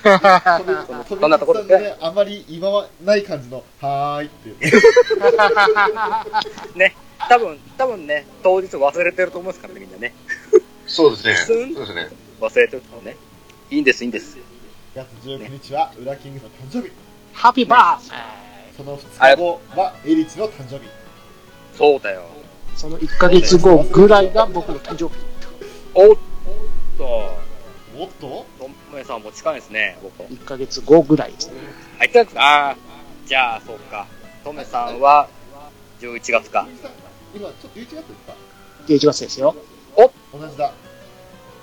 飛び
そんなところで
ね、あまり今はない感じの、はーいっていう。
多分、多分ね、当日忘れてると思うんですからね、みんなね。
そうですね。
すん
そうですね。
忘れてると思うね。いいんです、いいんです。
月19日は、ウラキングの誕生日。
ハッピーバースデ
その2日後は、エリチの誕生日。
そうだよ。
ーその1ヶ月後ぐらいが僕の誕生日。
おっと、
おっと
トムヤさんも近いですね、僕。
1ヶ月後ぐらいですね。
あ、いつですかあーじゃあ、そうか。トメさんは、11月か。
今、ちょっと11月ですか
11月ですよ。
同じだ。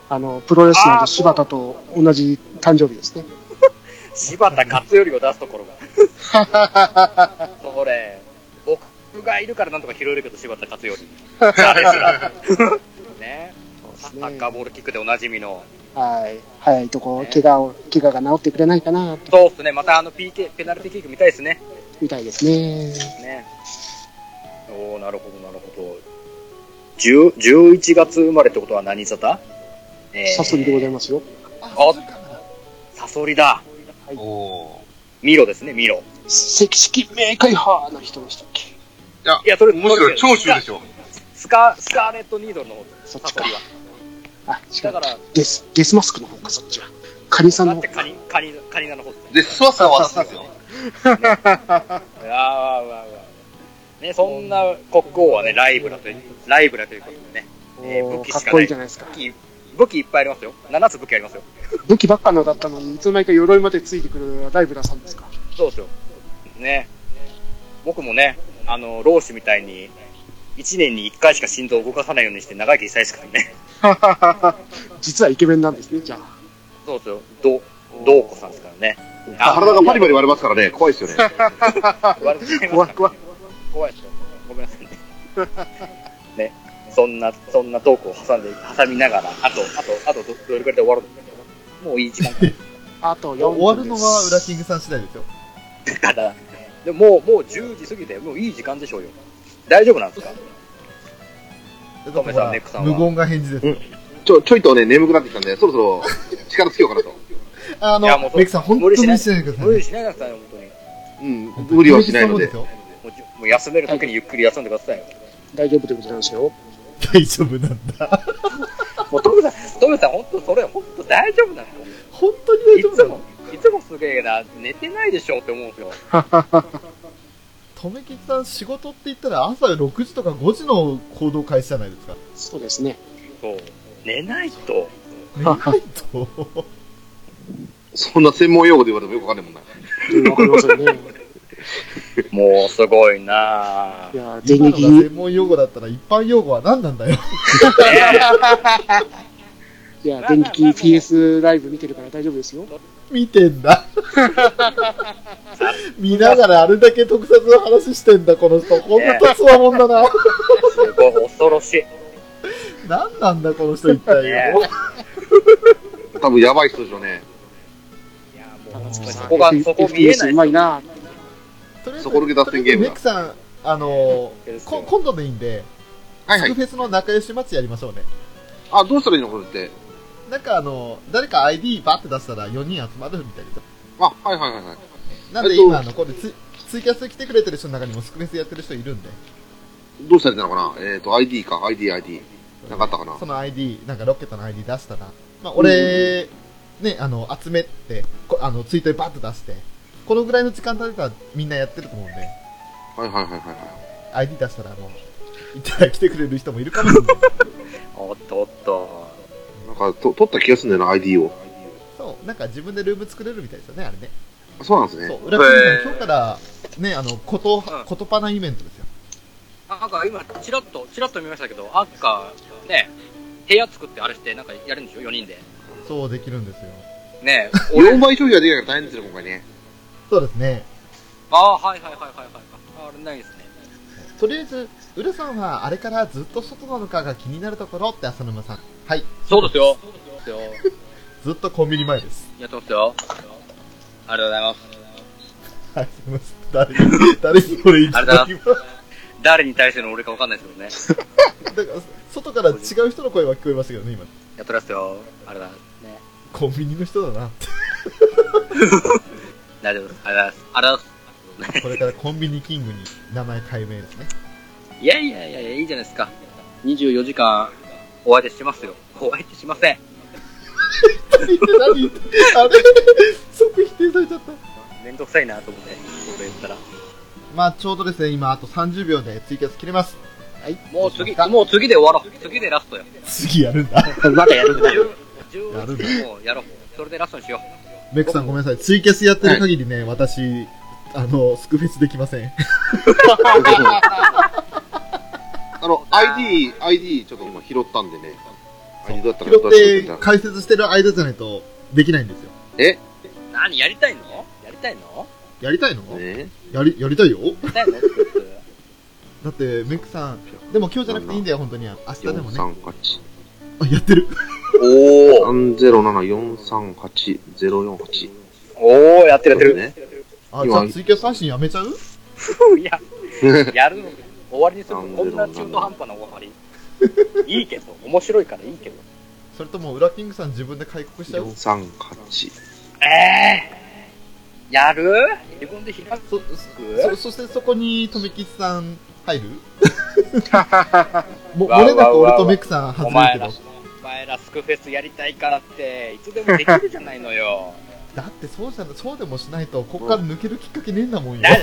あの、プロレスラーの柴田と同じ誕生日ですね。
柴田勝頼を出すところが。それ、僕がいるからなんとか拾えるけど、柴田勝頼。
<laughs>
ね。サ
そうです
ッ
ね
カーボールキックでおなじみの。
はい。早いとこ、怪我を、怪我が治ってくれないかな、
そうっすね。またあの PK、ペナルティーキック見たいですね。
みたいですね。
ね。おおなるほど、なるほど。10 11月生まれってことは何沙汰え
サソリでござい
ま
ますよ。
あ、
お
そうかな
す。サソリだ。
おお
ミロですね、ミロ。
赤色明快派の人でしたっけ
いや、それ、
ー。むしろ長州で
ス
しょ。
カスカ、スカーレットニードルの方
そっ
サ
ちか
ソリは。
あ、違
だ
う
か。ら、
デス、デスマスクの方か、そっちは。カニさん
だ
の
っ
方
てカ。
か
ニ、カニ、カニナの方ですね。
で、スワさんは渡すんですよ。
あーわーわーわーね、そんな国王はね、ライブラという、ライブラということでね。えー
お
武器
ーか
し
っ
か
こ
ない
い
い。
じゃないですか
武。器、武器いっぱいありますよ。7つ武器ありますよ。
武器ばっかのだったのに、いつの間にか鎧までついてくるライブラさんですか。
<laughs> そうですよ。ね。僕もね、あの、老子みたいに、1年に1回しか心臓を動かさないようにして長生きしたいですからね。
実はイケメンなんですね、じゃあ。
そうですよ。ど、どうこさんですからね。あ
体がパリパリ割れますからね。怖い <laughs> ですよね。
割れてしまいま
怖い
した
怖い。
怖いですよ。ごめんなさいね。ね。そんな、そんなトークを挟んで、挟みながら、あと、あと、あとど、どれくらいで終わるのもういい時間
あと4分です。
終わるのは、ウラキングさん次第ですよ。
だから。でも、もう、もう10時過ぎて、もういい時間でしょうよ。大丈夫なんですか
だ
トメさんネックさんは
無言が返事です。
ちょ、ちょいとね、眠くなってきたんで、そろそろ力つけようかなと。
あの
いやもう、
メイクさん、本当
無
に
理し
し
な
ないいでください
無
ね
理。しないでください、本当に。
うん。無理はしないので。 <laughs>
本
もうじもう休めるときにゆっくり休んでくださいよ。
大丈夫でございますよ。 <laughs>
当にそうですよ。大丈夫なんだ。
もうトムさん、トムさん、本当それ、本当大丈夫なの
本当に大
い
丈夫
つ
な
も
の、
いつもすげえな、寝てないでしょって思うんですよ。
とめきちさん、仕事って言ったら朝6時とか5時の行動開始じゃないですか。
そうですね。
そう。寝ないと。
寝ないと。
そんな専門用語で言われてもよくわかんないもんな。
うんわかりますよね。
もうすごいなぁ
い。や、電
今のが
撃に、
専門用語だったら一般用語は何なんだよ。
いや、電撃 PS ライブ見てるから大丈夫ですよ。
見てんだ。 <laughs> 見ながらあれだけ特撮の話してんだ、この人。ほんとつわもんだな。
すごい、恐ろしい。
何なんだ、この人一
<laughs>
体
ね
よ。
多分やばい人でしょうね。
いやもう
高槻さん
そこが、そこ見え
FPS
な
う
い。
まいな。
とりあえず、
そこ抜け脱線ゲーム
メ
だ
イクさん、あの
ですよ
こ今度でいいんで、
はいは
ス
い
ク。フェスの仲良しマッチやりましょうね。
あ、どうしたらいいのこれって。
なんかあの、誰か ID バって出したら4人集まるみたいです。
あ、はいはいはいはい。
なんで今、あの、これツイツイキャス来てくれてる人の中にもスクフェスやってる人いるんで、
どうしたらいいのかなえっ、と、ID か。ID、ID。なかったかな
その ID、なんかロケットの ID 出したら、まあ、俺、ね、あの、集めて、こあの、ツイートでバッと出して、このぐらいの時間経てたらみんなやってると思うんで、
はいはいはいはいはい。
ID 出したらもう、いたら来てくれる人もいるかもしれ
<laughs>
ない。
おっとおっと。
なんか、と取った気がするんだよな、ID を。
そう、なんか自分でルーム作れるみたいですよね、あれね。
あそうなんです
そ
ね。
う、裏切りさ
へー
ん、今日から、ね、あの、こと、ことぱなイベントですよ。
なんか今、チラッと、チラッと見ましたけど、赤、ね、部屋作ってあれして、なんかやるんでしょ ?4 人で。
そうできるんですよ。
<laughs> ね
4倍消費ができないから大変ですよ、今
<laughs>
回ね。
そうですね。
ああー、はいはいはいはいはいはい。あれないですね。
とりあえず、浦さんはあれからずっと外なのかが気になるところって浅沼さん。はい。
そうですよ。そうですよ。
ずっとコンビニ前です。
やってますよ。ありがとうございます。
はい、すみません。誰に、誰にこれ言ってただきます
誰に対しての俺かわかんないですけどね。
だから、外から違う人の声は聞こえましたけどね、今。
やってますよ。ありがとうございます。ね。
コンビニの人だなって。
大丈夫です。ありがとうございます。ありがとうございま
これからコンビニキングに名前改名 <laughs> ですね。
す。いやいやいやいや、いいじゃないですか。24時間、お相手してますよ。 <laughs> お相手しません。
何言って何言ってあれ即否定されちゃった。
めんどくさいなと思って、俺言ったら。
まあ、ちょうどですね、今、あと30秒でツイキャス切れます。はい。
もう次
どしま、すか
もう次で終わろう。次でラストよ。
次やるんだ。
まだやるんだよ。
や
やる
るもうやろう。それでラストにしよ
メックさんごめんなさい。ツイキャスやってる限りね、私、あの、スクフェスできません。
あの、ID、ID ちょっと今拾ったんでね。ID どうやった
拾
か
って
どうやったか
解説してる間じゃないとできないんですよ。
え
う。何やりたいのやりたいの
やりたいの
ね
やり、やりたいよ
やりたいのって言って
だって、メックさん、でも今日じゃなくていいんだよ、本当に。明日でもね。
4380。
あ、やってる。
おー
307438048。
おー、やってるやってる。
ね。
あ、じ
今
ゃあツイキャス配信やめちゃう
いや、 <laughs> やるの。終わりにする。
なんで
こんな中途半端な終わり。いいけど、面白いからいいけど。
それとも、ウラキングさん自分で開国しちゃう
438。
えー、やる自分で開く。
そ、そ、そしてそこに、とめきちさん入るも、
わ
漏
う
れな
わうわ
く
う
俺
わ
とメックさん
お
外れ
前
るけ
ら
ど。、
お前らスクフェスやりたいからって、いつでもできるじゃないのよ。
だってそうじゃな、そうでもしないと、ここから抜けるきっかけねえんだもんよ。
なる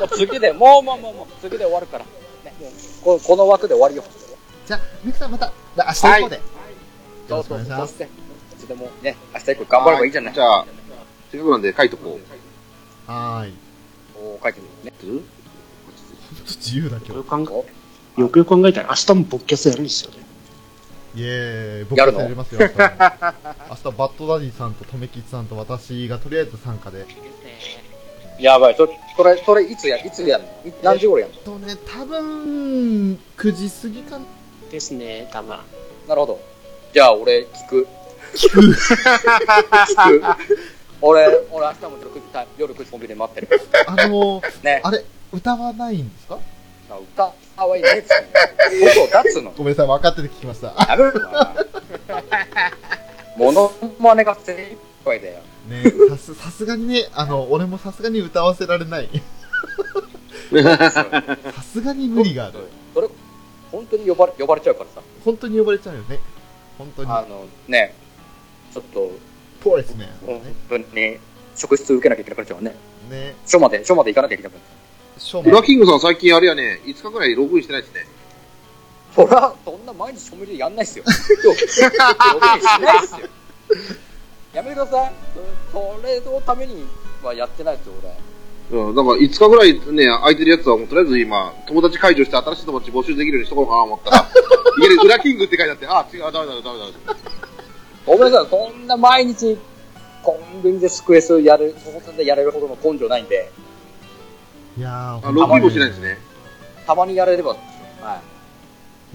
もう次で、もうもうもうもう、次で終わるから。ね、もうここの枠で終わりよ。
じゃあ、メックさんまた、明日行こうで。よ
そ
ろ
うそう
しくお願いし
そう。
ます。
して、いつでもね、明日以降頑張ればいいじゃない
じ。ゃあ、せっかくなんで書いとこう。
はーい。
おー書いてみるね。
ほんと自由だ今
よく考えよくよく考えたら、明日もボッキャスやるんですよね。
日。イエーイ。僕
やる
た
の
ちやりますよ。明日も明日、バッドダディさんととめきちさんと私がとりあえず参加で。
やばい、そそれ、それいつや、いつやんのい何時頃やんの
えっとね、多分、9時過ぎかな。
ですね、たま。
なるほど。じゃあ俺、聞く。聞く。聞く。俺、俺明日も夜9時タイ、夜9時コンビニで待ってる。<laughs>
あの、
ね。
あれ、歌わないんですか
あ歌、あわいねえっつうの。音を出すの。
ごめんなさい、分かってて聞きました。あ
やめろよお前モノマネが精一杯だよ。
ねさす、さすがにね、あの、俺もさすがに歌わせられない。さすがに無理がある。
それ、本当に呼ばれ、呼ばれちゃうからさ。
本当に呼ばれちゃうよね。本当に。
あの、ね、ちょっと、
ポリスメン。
本当に、職質受けなきゃいけなくなっちゃうね。
ね。
署まで、署まで行かなきゃいけなくなっちゃ
ショー
ブ
マ
ラ
ン。
キングさん最近あれやね、5日くらいログインしてないですね。
う。そら、そんな毎日署名でやんないっ <laughs> すよ。今日、しないっすよ。やめてください。それのためにはやってないっすよ、俺。
うん、だから5日くらいね、空いてるやつはもうとりあえず今、友達解除して新しい友達募集できるようにしとこうかなと思 <laughs> ったら、いきなり裏キングって書いてあって、あ、違う、ダメだ、ダメだ。
ごめんなさい、そんな毎日、コンビニでスクエスやる、そこでやれるほどの根性ないんで、
いや
あ、ログインもしてないんです
ね。
ね。
たまにやれれば、はい。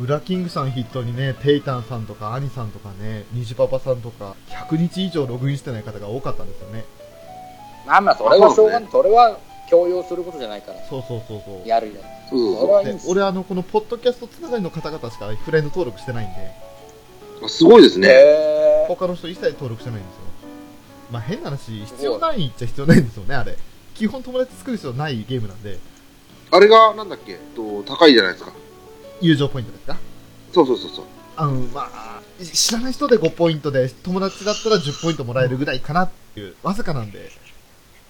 ウラキングさん筆頭にね、テイタンさんとか、アニさんとかね、ニジパパさんとか、100日以上ログインしてない方が多かったんですよね。
まあまあ、それはしょうがない。それは強要することじゃないから。
そうそうそうそう。
やるやる。
そうそう
それはいい
で
っす。
俺あの、このポッドキャストつながりの方々しかフレンド登録してないんで、
そうあすごいですね。
へー
他の人一切登録してないんですよ。まあ変な話、必要ないっちゃ必要ないんですよね、あれ。基本友達作る必要ないゲームなんで、
あれが、なんだっけ、えっと、高いじゃないですか。
友情ポイントですか
そうそうそうそう。
あの、まあ、知らない人で5ポイントで、友達だったら10ポイントもらえるぐらいかなっていう、わずかなんで、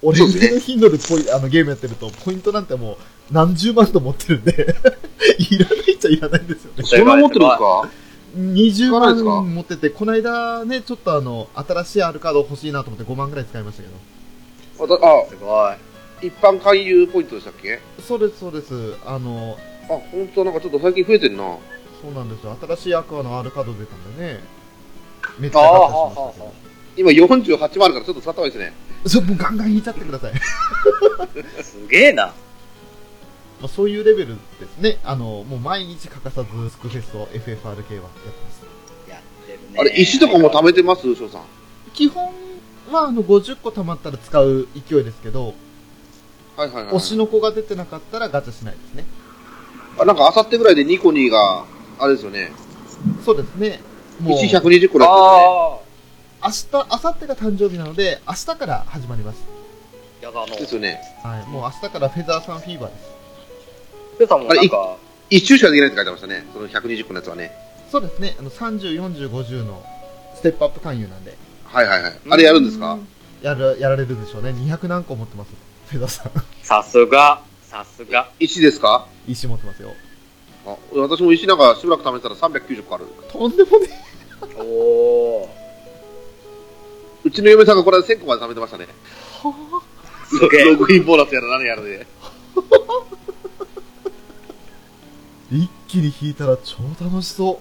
俺
そうですね
腕の頻度でポイあのゲームやってると、ポイントなんてもう何十万と持ってるんで、 <laughs> いらないっちゃいらないんですよね。
そんな持ってるんですか
20
かないですか
万持ってて、この間ね、ちょっとあの、新しい R カード欲しいなと思って5万ぐらい使いましたけど。
あだあ、
すごい。
一般勧誘ポイントでしたっけ
そうです、そうです。あの、
あ、本当なんかちょっと最近増えてんな。
そうなんですよ。新しいアクアの R カード出たんでね。めっち
あ
ゃ
あ、
買っ
は
た
あ、
りし
は
ましたけど
今48万あるからちょっと使った方がいいですね。
そうもうガンガン引いちゃってください。ま
あ。すげえな。
あそういうレベルですね。あの、もう毎日欠かさず、スクフェスと FFRK はやってます。
やってるね。
あれ、石とかも貯めてます翔さん。
基本は、あの、50個貯まったら使う勢いですけど、
はいはいはい。
推しの子が出てなかったらガチャしないですね。
あなんかあさってぐらいでニコニーが、あれですよね。
そうですね。もう、
石
明日、
120個だっ
あ
明後日が誕生日なので、明日から始まります。
あ。やだ、あの、
たですよね。ですよね。
はい。もう明日からフェザーさんフィーバーです。
ペさんもなんか、
一周しかできないって書いてましたね。その120個のやつはね。
そうですね。あの、30、40、50のステップアップ勧誘なんで。
はいはいはい。あれやるんですか
やる、やられるでしょうね。200何個持ってます。フェザーさん。 <laughs>
さすが、さすが。
石ですか
石持ってますよ。
あ私も石なんかしばらく貯めてたら390個ある。
とんでもね
おお。
うちの嫁さんがこれ間1000個まで貯めてましたね。
すげ
ロ
え。
グインボーナスやら何やらで。
え。一気に引いたら超楽しそ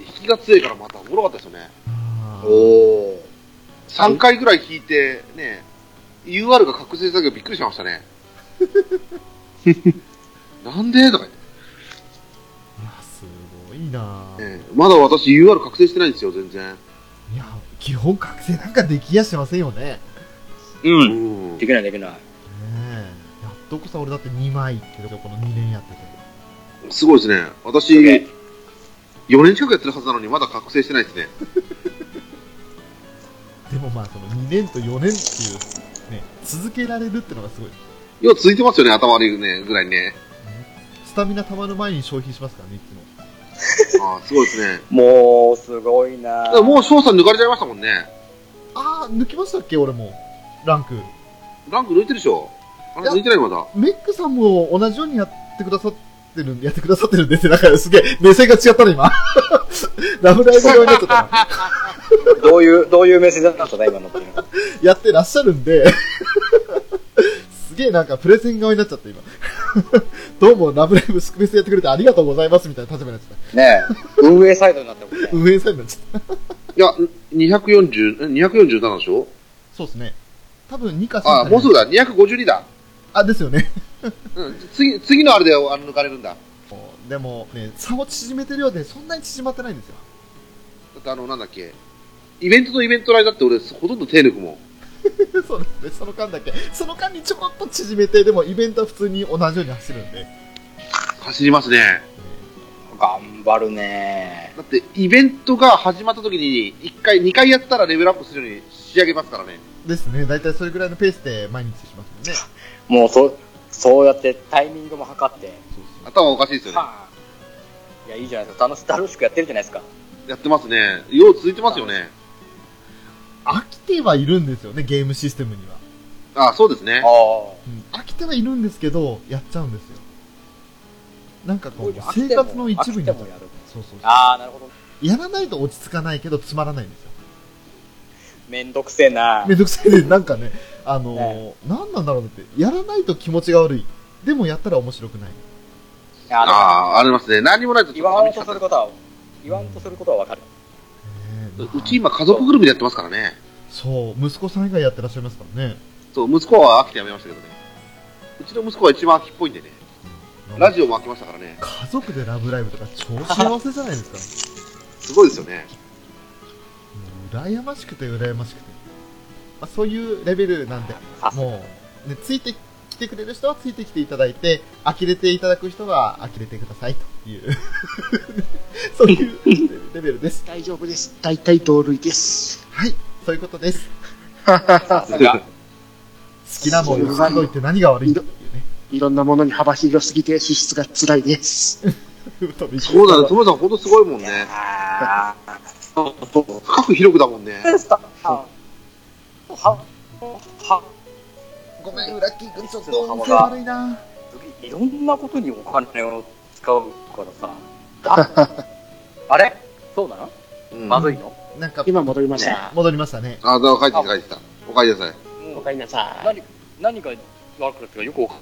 う。
引きが強いからまたおもろかったですよね。
あー
おお。
3回ぐらい引いて、ね、UR が覚醒したけどびっくりしまし
<laughs>
たね。なんでとか言
いや、
って、
すごいなぁ。
ええまだ私 UR 覚醒してないんですよ、全然。
いや、基本覚醒なんかできやしてませんよね。
う。
うんん
できない、できない。
ねえ。やっとこさ、俺だって2枚ってこの2年やってて。
すごいですね。私、
すげえ
4年近くやってるはずなのにまだ覚醒してないですね。
でもまあ、その2年と4年っていう、ね、続けられるってのがすごい。ね
要は続いてますよね、頭悪いね、ぐらいね。
スタミナ溜まる前に消費しますからね、いつも。
あーすごいですね。
もう、すごいな
だからもう翔さん抜かれちゃいましたもんね。
あー、抜きましたっけ俺も。ランク。
ランク抜いてるでしょあれ
いや
抜いてないまだ。
メックさんも同じようにやってくださってるん、やってくださってるんですよ。だからすげえ、目線が違ったの今。 <laughs> ラブライブ用になっちゃったな
どういう、どういうメッセージだったんですか、今のっていうのは。
やってらっしゃるんで、すげえなんかプレゼン顔になっちゃった今。 <laughs> どうもラブライブスクフェスやってくれてありがとうございますみたいな立場になっちゃっ
ねえ、運営サイドになったもんね
た。。運営さんになっちゃった。
いや、240、ん247でしょ
そうですね。多分2か3
あー、もうすぐだ、252だ。
あ、ですよ <laughs> ね。
うん、次、次のあれであの抜かれるんだ。
でもね、差を縮めてるようで、そんなに縮まってないんですよ。
だってあの、なんだっけ、イベントとイベントの間って俺、ほとんど手抜くもん。
<laughs> そうですね、その間だけ。その間にちょこっと縮めて、でもイベントは普通に同じように走るんで。
走りますね。
頑張るね
だって、イベントが始まった時に、1回、2回やったらレベルアップするように仕上げますからね。
ですね、大体それぐらいのペースで毎日しますもんね。
もう、そ、そうやってタイミングも測って。
頭おかしいですよね。
はあいや、いいじゃないですか。楽し、楽しくやってるじゃないですか。
やってますね。よう続いてますよね。
飽きてはいるんですよね、ゲームシステムには。
あ、そうですね
あ。あ。
うん飽きてはいるんですけど、やっちゃうんですよ。なんかこう、
飽き
生
ても
活の一部になっち
飽きて
ゃう
もやる。
そうそうそう。
ああ、なるほど。
やらないと落ち着かないけど、つまらないんですよ。
めんどくせえな
めんどくさいで、なんかね、 <laughs> あのー
ね、
なんなんだろうなって、やらないと気持ちが悪い。でもやったら面白くない。
あ
あ
あー、ありますね。何もないと
の
ち
言
ょっ
わ
と
ん
寂しか
とす
った
る
で
ことは、言わんとすることはわかる。
ねえ
す。うち今、家族ぐるみでやってますからね。
そう、息子さん以外やってらっしゃいますからね。
そう、息子は飽きてやめましたけどね。うちの息子は一番飽きっぽいんでね。ラジオも飽きましたからね。
家族でラブライブとか超幸せじゃないですか。
すごいですよね。
もう羨ましくて羨ましくて。まあ、そういうレベルなんで、
さすが
もう、ね、ついてきてくれる人はついてきていただいて、呆れていただく人は呆れてくださいという、 <laughs> そういうレベルです。
大丈夫です。大体同類です。
はい、そういうことです。
さすが。
好きなもんをんどいて何が悪いんだっていうね。
いろんなものに幅広すぎて支出が辛いです。
そうだね。友さん、ほんとすごいもん
い
ね。
やー
深く広くだもんね。
スタッフは、は、は、
ごめん、裏キング、ちょっと運勢悪いな。
いろんなことにお金を使うからさ。ああれそうなの
うん
まずいの
なんか、
今戻りました。
戻りましたね。
あ、だから帰ってきた、帰ってきた。お帰りなさい。
も
お
う
かえりなさい。
何何が悪くなってるかよくわかん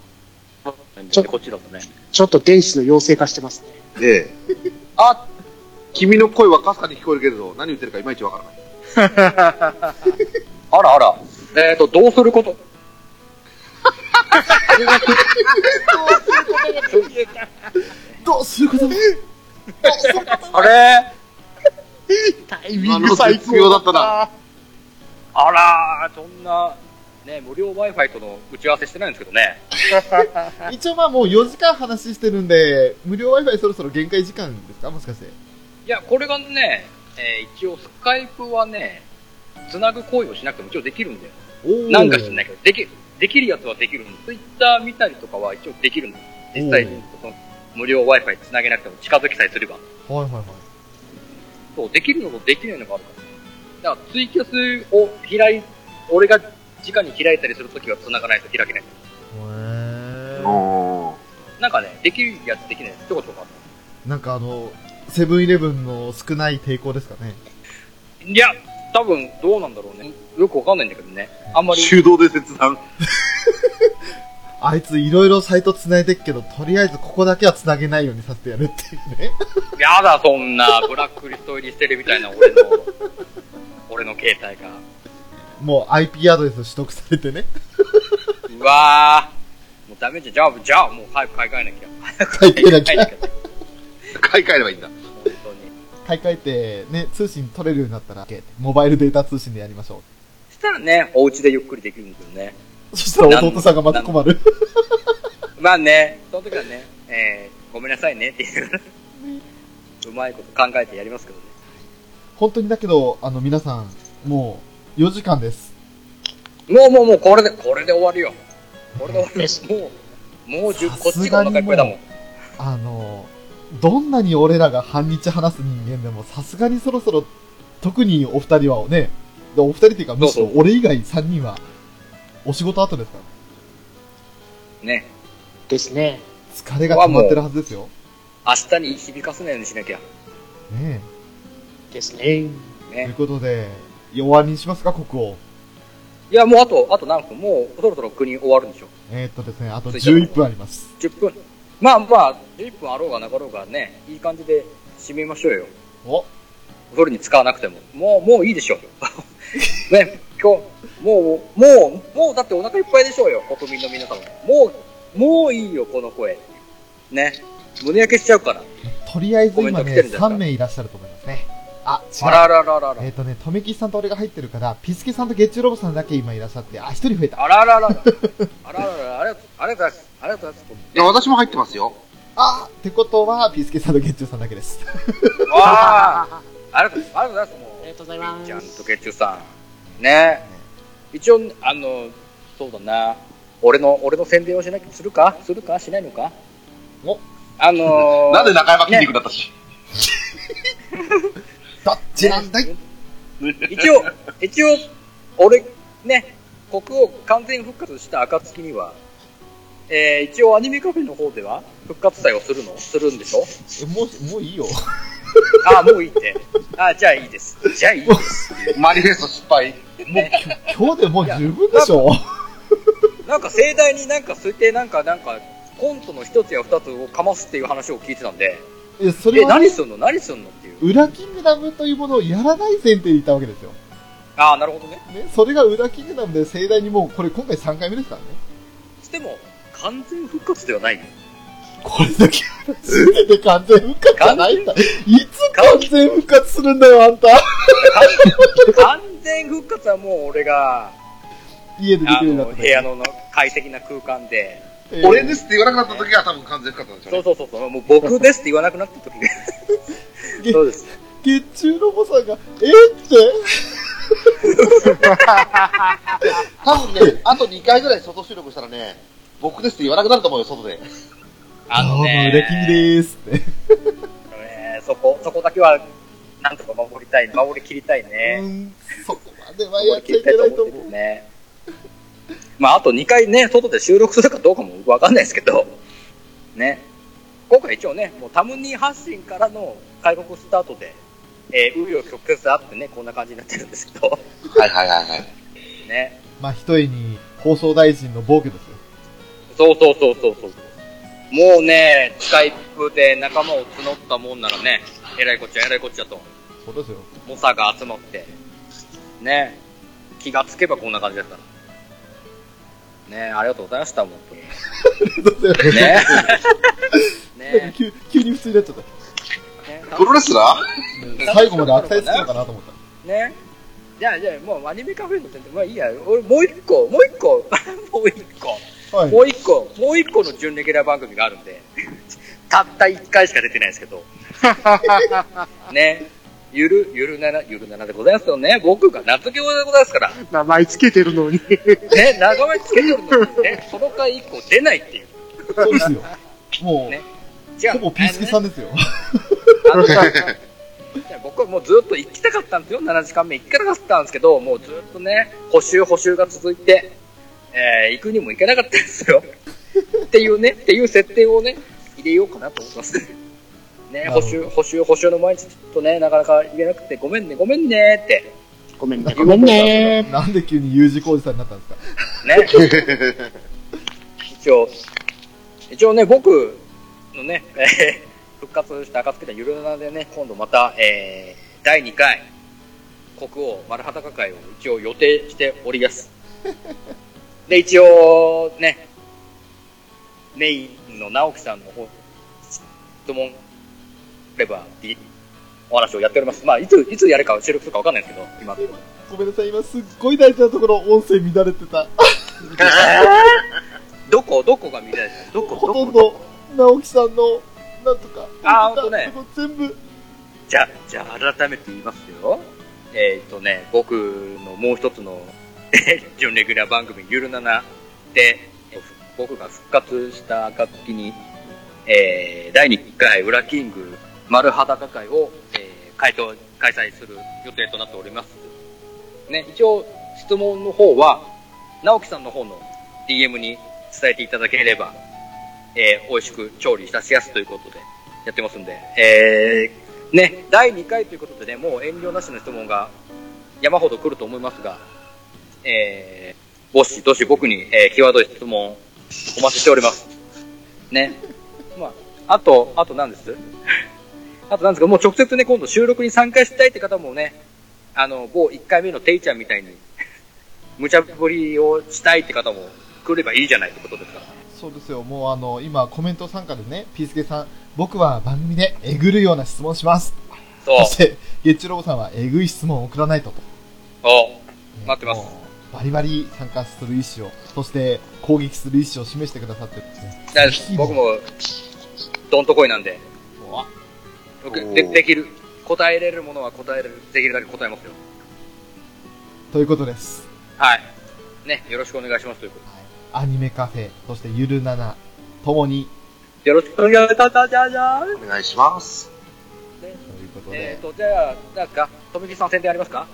ないんだ
ちょ
よね、こっちだとね。
ちょっと電子の妖精化してますね。
ええ。あ、君の声はかすかに聞こえるけれど、何言ってるかいまいちわ <laughs> からない。
あらあら。えっ、ー、と、どうすること
どうする
<laughs>
こと
あれ
タイ
ミング最高だったな。
あらー、そんな、ね、無料 Wi-Fi との打ち合わせしてないんですけどね。
<laughs> 一応まあもう4時間話してるんで、無料 Wi-Fi そろそろ限界時間ですかもしかして。
いや、これがね、えー一応スカイプはね、つなぐ行為をしなくても一応できるんだよ。
お。
なんか知んないいけど、でき、できるやつはできるんだ。ツイッター見たりとかは一応できるんだよ。実際にその無料 Wi-Fi つなげなくても近づきさえすれば。
はいはいはい。
そう、できるのとできないのがあるから。だからツイキャスを開い、俺が直に開いたりするときは繋がないと開けない。
へー
お
なんかね、できるやつできないやつちょこちょこあった
なんかあの、セブンイレブンの少ない抵抗ですかね。
いや、多分どうなんだろうね。よくわかんないんだけどね。あんまり。
手動で切断。
あいついろいろサイト繋いでっけど、とりあえずここだけは繋げないようにさせてやるっていうね。 <laughs>
やだ、そんな、ブラックリスト入りしてるみたいな俺の、俺の携帯が。
もう IP アドレス取得されてね。
うわー。もうダメじゃん。じゃあ、じゃあ、もう早く買い替えなきゃ。
買い替えなき
買い替
ゃ。
えなきゃ。
買い替えればいいんだ。
本当に。
買い替えて、ね、通信取れるようになったら、モバイルデータ通信でやりましょ
そしたらね、お家でゆっくりできるんですよね。
う。そしたら弟さんがまた困る。
まあね、その時はね、えー、ごめんなさいねっていう。うまいこと考えてやりますけどね。
本当にだけど、あの皆さん、もう4時間です。
もうもうもう、これで、これで終わるよ。これで終わるです。もう、もう10、こっちがお腹いっぱいだもん。
あの、どんなに俺らが半日話す人間でも、さすがにそろそろ、特にお二人はね、でお二人っていうか、むしろ
そうそ
俺以外3人は、お仕事後ですから、
ね。
ですね。
疲れが溜まってるはずですよ。
明日に響かせないようにしなきゃ。
ね
ですね。
え。とい
ね
う。ことで、弱にしますか、国王。
いや、もうあと、あと何分もう、そろそろ国終わるんでしょ。
えー、っとですね、あと
ついてる
11分あります。
10分。まあまあ、11分あろうがなかろうがね、いい感じで締めましょうよ。
お
それに使わなくても。もう、もういいでしょ。 <laughs> ね、今日、もう、もう、もうだってお腹いっぱいでしょうよ、国民の皆様。もう、もういいよ、この声。ね。胸焼けしちゃうから。
とりあえず
コメン
今
ト来
ね、
てるんじゃないですか
3名いらっしゃると思いますね。あ、違う。
あららららら
えっ、。とね、とめきちさんと俺が入ってるから、ピスケさんとゲッチュロボさんだけ今いらっしゃって、あ、一人増えた。
あらららら。あらららら。ありがとう、ありがとうございます。ありがとうございます。
いや、私も入ってますよ。
あーってことは、ピスケさんとゲッチュさんだけです。
わあありがとうありがとうございます。も
あ
う
りがとうござい
み
ま
っちゃんと
す。
月中さん。ね一応、あの、そうだな。俺の、俺の宣伝をしなきゃ、するかするかしないのか
お
あのー、
<laughs> なんで中山筋肉だったし。
どっちなんだい
一応、一応、俺、ね、国王完全復活した暁には、えー、一応アニメカフェの方では復活祭をするのするんで
<laughs>
しょ
もう、もういいよ。
ああ、もういいって。ああ、じゃあいいです。じゃあいいです。
マニフェスト失敗。
<laughs> 今日でもう十分でしょ。
なんか盛大になんか推定なんか、なんか、コントの一つや二つをかますっていう話を聞いてたんで、
いや、それ
え、
は、
何すんの何すんのっていう。
裏キングダムというものをやらない前提でいたわけですよ。
ああ、なるほどね。
ね、それが裏キングダムで盛大にもう、これ今回3回目ですからね。
しても、完全復活ではない。
これだけすべて完全復活じゃないんだ。いつ
完
完全復活するんだよ、あんた。
完全復活はもう俺が、
家ででき
あ
るようにな
の、
った
部屋のの快適な空間で、
えー
俺ですって言わなくなった時は多分完全復活なんでし
そ
ょ
う
うね。
そうそうそう、もう僕ですって言わなくなった時
げ
が、そうです。
月中ロボさんが、えーって、
多分ね、あと2回ぐらい外収録したらね、僕ですって言わなくなると思うよ、外で。
あ
どう
の
も、
ね、
裏キングでーすって。
ねそこ、そこだけは、なんとか守りたい、守りきりたいね。
うん、そこまでは
守
やっ
り
ちゃいけないと思う。
ね。まあ、あと2回ね、外で収録するかどうかもわかんないですけど、ね。今回一応ね、もうタムニー発信からの開国スタートで、えー、紆余曲折あってね、こんな感じになってるんですけど、
はいはいはいはい。
ね。
まあ、一重に、放送大臣の暴挙ですよ。
そうそうそうそうそう。もうね、スカイプで仲間を募ったもんならね、えらいこっちゃえらいこっちゃと、
そうですよ。
猛者が集まって、ね。気がつけばこんな感じだった。ねありがとうございました、本当に。ねね
<laughs> 急急に普通になっちゃった。
ね
プロレスラー
最後まで悪態つくのかなと思った。
ねじゃあ、じゃあ、もうアニメカフェの点で、まあいいや、俺、もう一個、もう一個、 <laughs> もう一個、
はい
も。う一個、もう一個の準レギュラー番組があるんで、たった一回しか出てないですけ
<laughs>
ど、ね、ゆる、ゆるなな、ゆるななでございますよね。僕が夏行でございますから、
名前つけてるのに。
ね、長めつけてるのに、ね、その回一個出ないっていう。
そうですよ。も
ね
う、
違う
ほぼピースケさんですよ。
あのさいや <laughs> 僕はもうずっと行きたかったんですよ、7時間目行きたかったんですけど、もうずっとね、補修補修が続いて、えー行くにも行けなかったんです
<laughs>
よ。っていうね、っていう設定をね、入れようかなと思います。ね、
なる
補
ほど
修、補修、補修の毎日ちょっとね、なかなか行けなくて、ごめんね、ごめんねって、
ごめんね、ごめんね。
なんで急に U 字工事さんになったんですか。 <laughs>
ね。一応、一応ね、僕のね、 <laughs> えー復活した暁のゆるなでね、今度また、えー第2回、国王丸裸会を一応予定しております。で、一応、ね、メインの直樹さんの方、質問、あれば、いお話をやっております。まあ、いつ、いつやるか、収録するかわかんないですけど、今。
ごめんなさい、今すっごい大事なところ音声乱れてた。
どこ、どこが見たいですかどこ、
ほ
ど
とん
こ。
ど、直樹さんの、なんとか。
あーほんとね。
全部。
じゃあ、じゃあ改めて言いますよ。えっ、とね、僕のもう一つの、 <laughs> えー準レギュラー番組、ゆるななで、えー僕が復活した暁に、えー第2回裏キング丸裸会を、えー開頭開催する予定となっております。ね、一応、質問の方は、直樹さんの方の DM に伝えていただければ、えー美味しく調理いたしやすということで、やってますんで、えーね、第2回ということでね、もう遠慮なしの質問が山ほど来ると思いますが、えー、もし、どし僕に、えー、際どい質問お待ちしております。ね。まあ、あと、あと何ですあと何ですかもう直接ね、今度収録に参加したいって方もね、あの、某1回目のていちゃんみたいに、無茶ぶりをしたいって方も来ればいいじゃないってことですから。
そうですよ、もうあの、今コメント参加でね、ピースケさん、僕は番組でえぐるような質問します。そし
そう。
て、ゲッチュロボさんはえぐい質問を送らないとと。
そう。待ってます。
もうバリバリ参加する意思を、そして攻撃する意思を示してくださってるんですね。
大丈夫です。僕も、どんとこいなんで。
うわ
僕
おー
でできる答えれるものは答えれるできるだけ答えますよ
ということです。
はいねよろしくお願いしますということ
アニメカフェ、そしてゆるなな、ともに、
でよろしくお願いいたしますじゃあじゃあ
お願いします。
ということ
え
で
っ、とじゃあなんか富木さん宣伝ありますか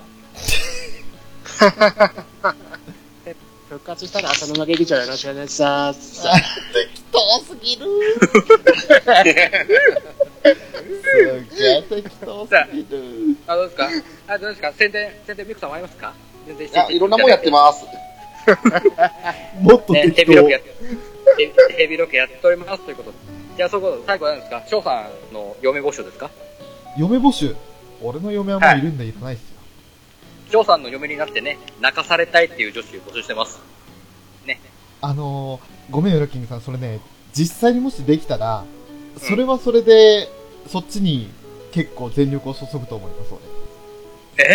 復活したら頭投げるじゃないの知らないさ。
遠すぎるすげえ適当すぎる。
あどうですか <laughs> あどうですか宣伝宣伝ミクさんもありますか宣伝し
いや、いろんなもんやってます。
もっと
ね
適
ヘビロ
当
ケ。やってヘビヘビロケやっておりますということでじゃあそこ最後は何ですか翔さんの嫁募集ですか
嫁募集。俺の嫁はもういるんでいらないっすよ。
翔さんの嫁になってね泣かされたいっていう女子募集してます
あのー、ごめんよ、ラッキングさん、それね、実際にもしできたら、それはそれで、そっちに結構全力を注ぐと思います、俺。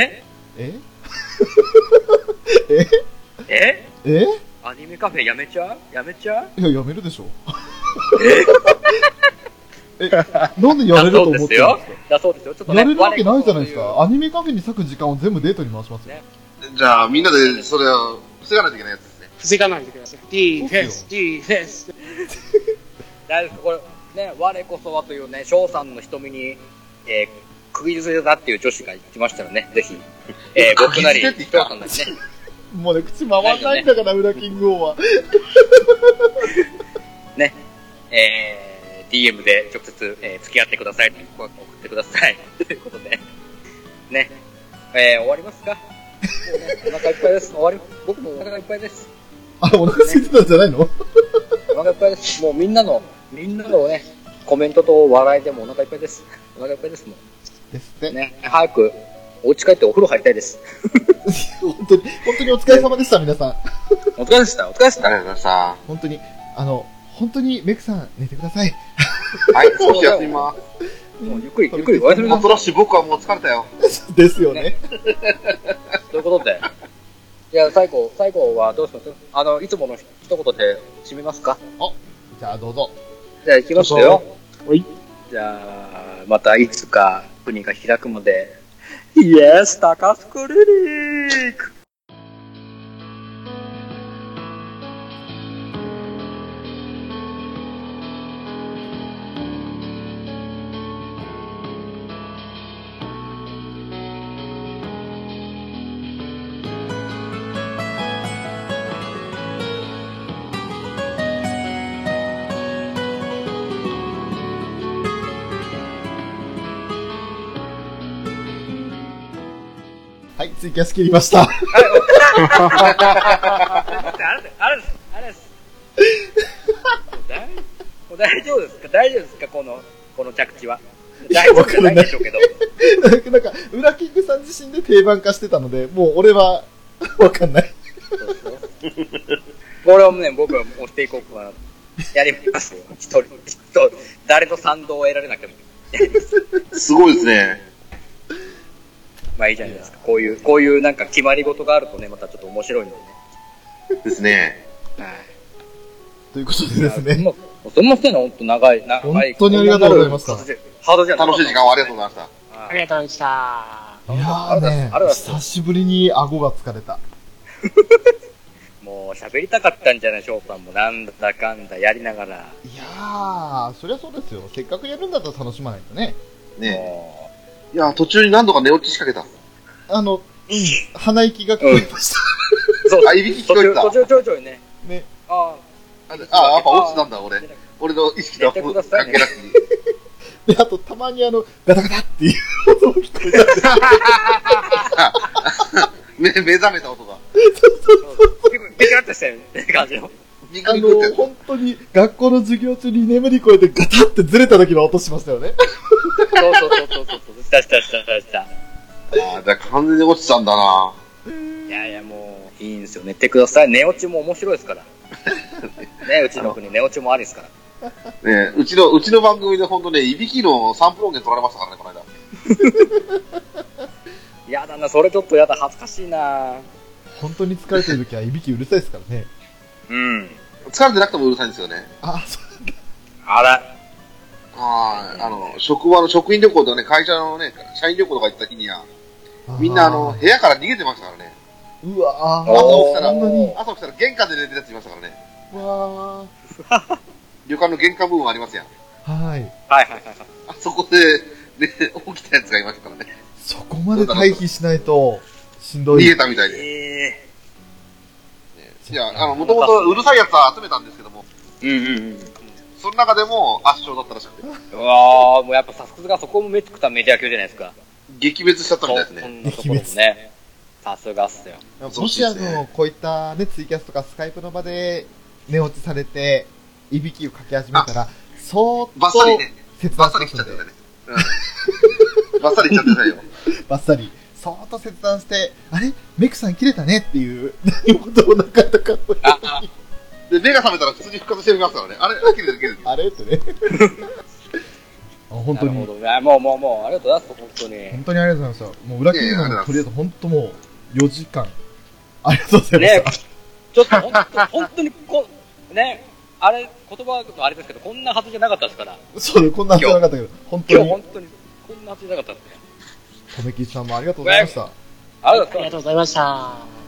え
え
え
え
アニメカフェやめちゃうやめちゃう
いや、やめるでしょ。え、 <laughs> なんでやれると思ってるんです
だそうですよだそ
か
うですよ。ちょっとね、
やれるわけないじゃないで
我こそ
す
と
か。アニメカフェに割く時間を全部デートに回しますよ。
じゃあ、みんなでそれを防がないといけないやつですね。
防がないでください。ディフェンス、ディフェンス。
いう大丈夫です。これ、ね、我こそはというね、翔さんの瞳に、えー、釘付けだっていう女子が言ってましたらね、ぜひ、えー、僕なり、
釘付けって言った
翔さんなりね、
もうね、口回んないんだから、裏キング王は。
ね、えー、DM で直接、えー付き合ってくださいって声を送ってください。 <laughs> ということで、ね、えー、終わり
<laughs>
ますかもうね、お腹いっぱいです。終わり、僕もお腹がいっぱいです。
あ、お腹空いてたんじゃないの
お腹いっぱいです。もうみんなの、みんなのね、コメントと笑いでもうお腹いっぱいです。お腹いっぱいですも
<laughs> です
ん。
ね。
ね、早く、お家帰ってお風呂入りたいです。
本当に、本当にお疲れ様でした、皆さん。
お疲れでした、お疲れでし
あ
た。
りがとうございました。
本当に、あの、本当にメクさん寝てください。 <laughs>
はい、少し休みます。
もうゆっくり、ゆっくり
<laughs>
おやすみ
も
なさ
うト
い。
ラッシュ僕はもう疲れたよ。
ですよね。
ということで、いや、最後、最後はどうしますあの、いつもの一言で締めますか
じゃあどうぞ。
じゃあ行きますよ。
はい。
じゃあ、またいつか国が開くまで。イエス、タカスクリニック
はい、ツイキャス切りました。 <laughs>
あれです、あれです、あれです。大もう大丈夫ですか大丈夫ですかこの、この着地は。大丈夫じゃないでしょうけど。
なんか、なんか裏キングさん自身で定番化してたので、もう俺は、わかんない。
これをね、僕は押していこうかな。やりますよ。一人、きっと、誰の賛同を得られなくても。
すごいですね。
まあいいじゃないですか。こういう、こういうなんか決まり事があるとね、またちょっと面白いんでね。
ですね。
はい。
ということでですね。
もうすみませんね、本当長い、長い。
本当にありがとうございました。
ハードじゃな
楽しい時間をありがとう
う。
ございました。
ありがとうございました。
あ
いやーね
りがとうござい、ます
久しぶりに顎が疲れた。
もう喋りたかったんじゃない、翔さんも。なんだかんだやりながら。
いやー、そりゃそうですよ。せっかくやるんだったら楽しまないとね。
ね
も
いや、途中に何度か寝落ちしかけた。
あの、うん、鼻息が聞こえました。
う、そう
あ、いびき聞
途
こえ
中、
てた
途。中ちょいちょいね。
ね。
あ
あ、やっぱ落ちてたんだ、
あ、
俺。俺の意識とは
寝て
関
くださいね
係なくに。
で、あと、たまにあの、ガタガタっていう音も聞こえた。
<laughs> 目目覚めた音が。
結構、ビカッとしたよね、感じの。
ニ
<laughs> あ
コニコってや
の、本当に学校の授業中に眠り越えてガタってずれた時の音しましたよね。
そうそうそうそうそう。したしたしたしたした。
つ。あー、じゃあ完全に落ちてたんだな。
いやいや、もう、いいんですよ。寝てください。寝落ちも面白いです
<laughs>
から。ね、うちの国、寝落ちもありですから。
ねうちの、うちの番組で本当ね、いびきのサンプル音源取られましたからね、この間。
やだな、それちょっとやだ、恥ずかしいな
本当に疲れてる時はいびきうるさいですからね。
うん。
疲れてなくてもうるさいんですよね。
あ、そう
あら、
はい。あの、職場の職員旅行とかね、会社のね、社員旅行とか行った日には、みんなあの、、部屋から逃げてましたからね。
うわ
朝
ぁ、
起きた
そんな
ら、
に。
朝起きたら玄関で寝てるやついましたからね。
わ
旅館の玄関部分ありますやん。
ぁ、はい。
はいはいはい。
あそこで、ね、起きたやつがいましたからね。
そこまで退避しないと、しんど
逃
い
げ。たみたいで。
ええ
いや、あの、もともとうるさいやつは集めたんですけども、
うんうんうん。
その中でも圧勝だったらしくて、
うわー、もうやっぱさすがそこも目つくたメディア級じゃないですか。
激滅しちゃったみたいです
こ
ね。
んなところもね。さすがっすよ。
もしあの、こういったね、ツイキャスとかスカイプの場で寝落ちされて、いびきをかき始めたら、そー
バッ
っと
サリね、
切
バ
断
ッサリ
し
切っち
ま
ゃっ
すので
てくださいね。うん。バッサリ切っちゃってくださいよ。
バッサリ。そーっと切断して、あれメクさん切れたねっていう、何事もなかったか
<laughs>
も
あ、あ、
で、目が覚めたら普通に復活してますからね。あれ、あ切れてる切れてる。
あれ
<laughs>
ってね。あ本
な
当
る
に、
ほ
本
どね。もうもうもう、ありがとうございます、本当に。ね
当にありがとうございました。もう裏切り
いやいやありが
のと
とうご
りあ
ざ
えず本当もう4時間。ありがとうございました。
ちょっと本当、本当にこ、ね、あれ、言葉があれですけど、こんなはずじゃなかったですから。
そうね、こんなはずはなかったけど、本当
今
に
日、本当に、こんなはずじゃなかったですね。
とめきちさんもありがとうございました。
ありがとうございます
ありがとうございました。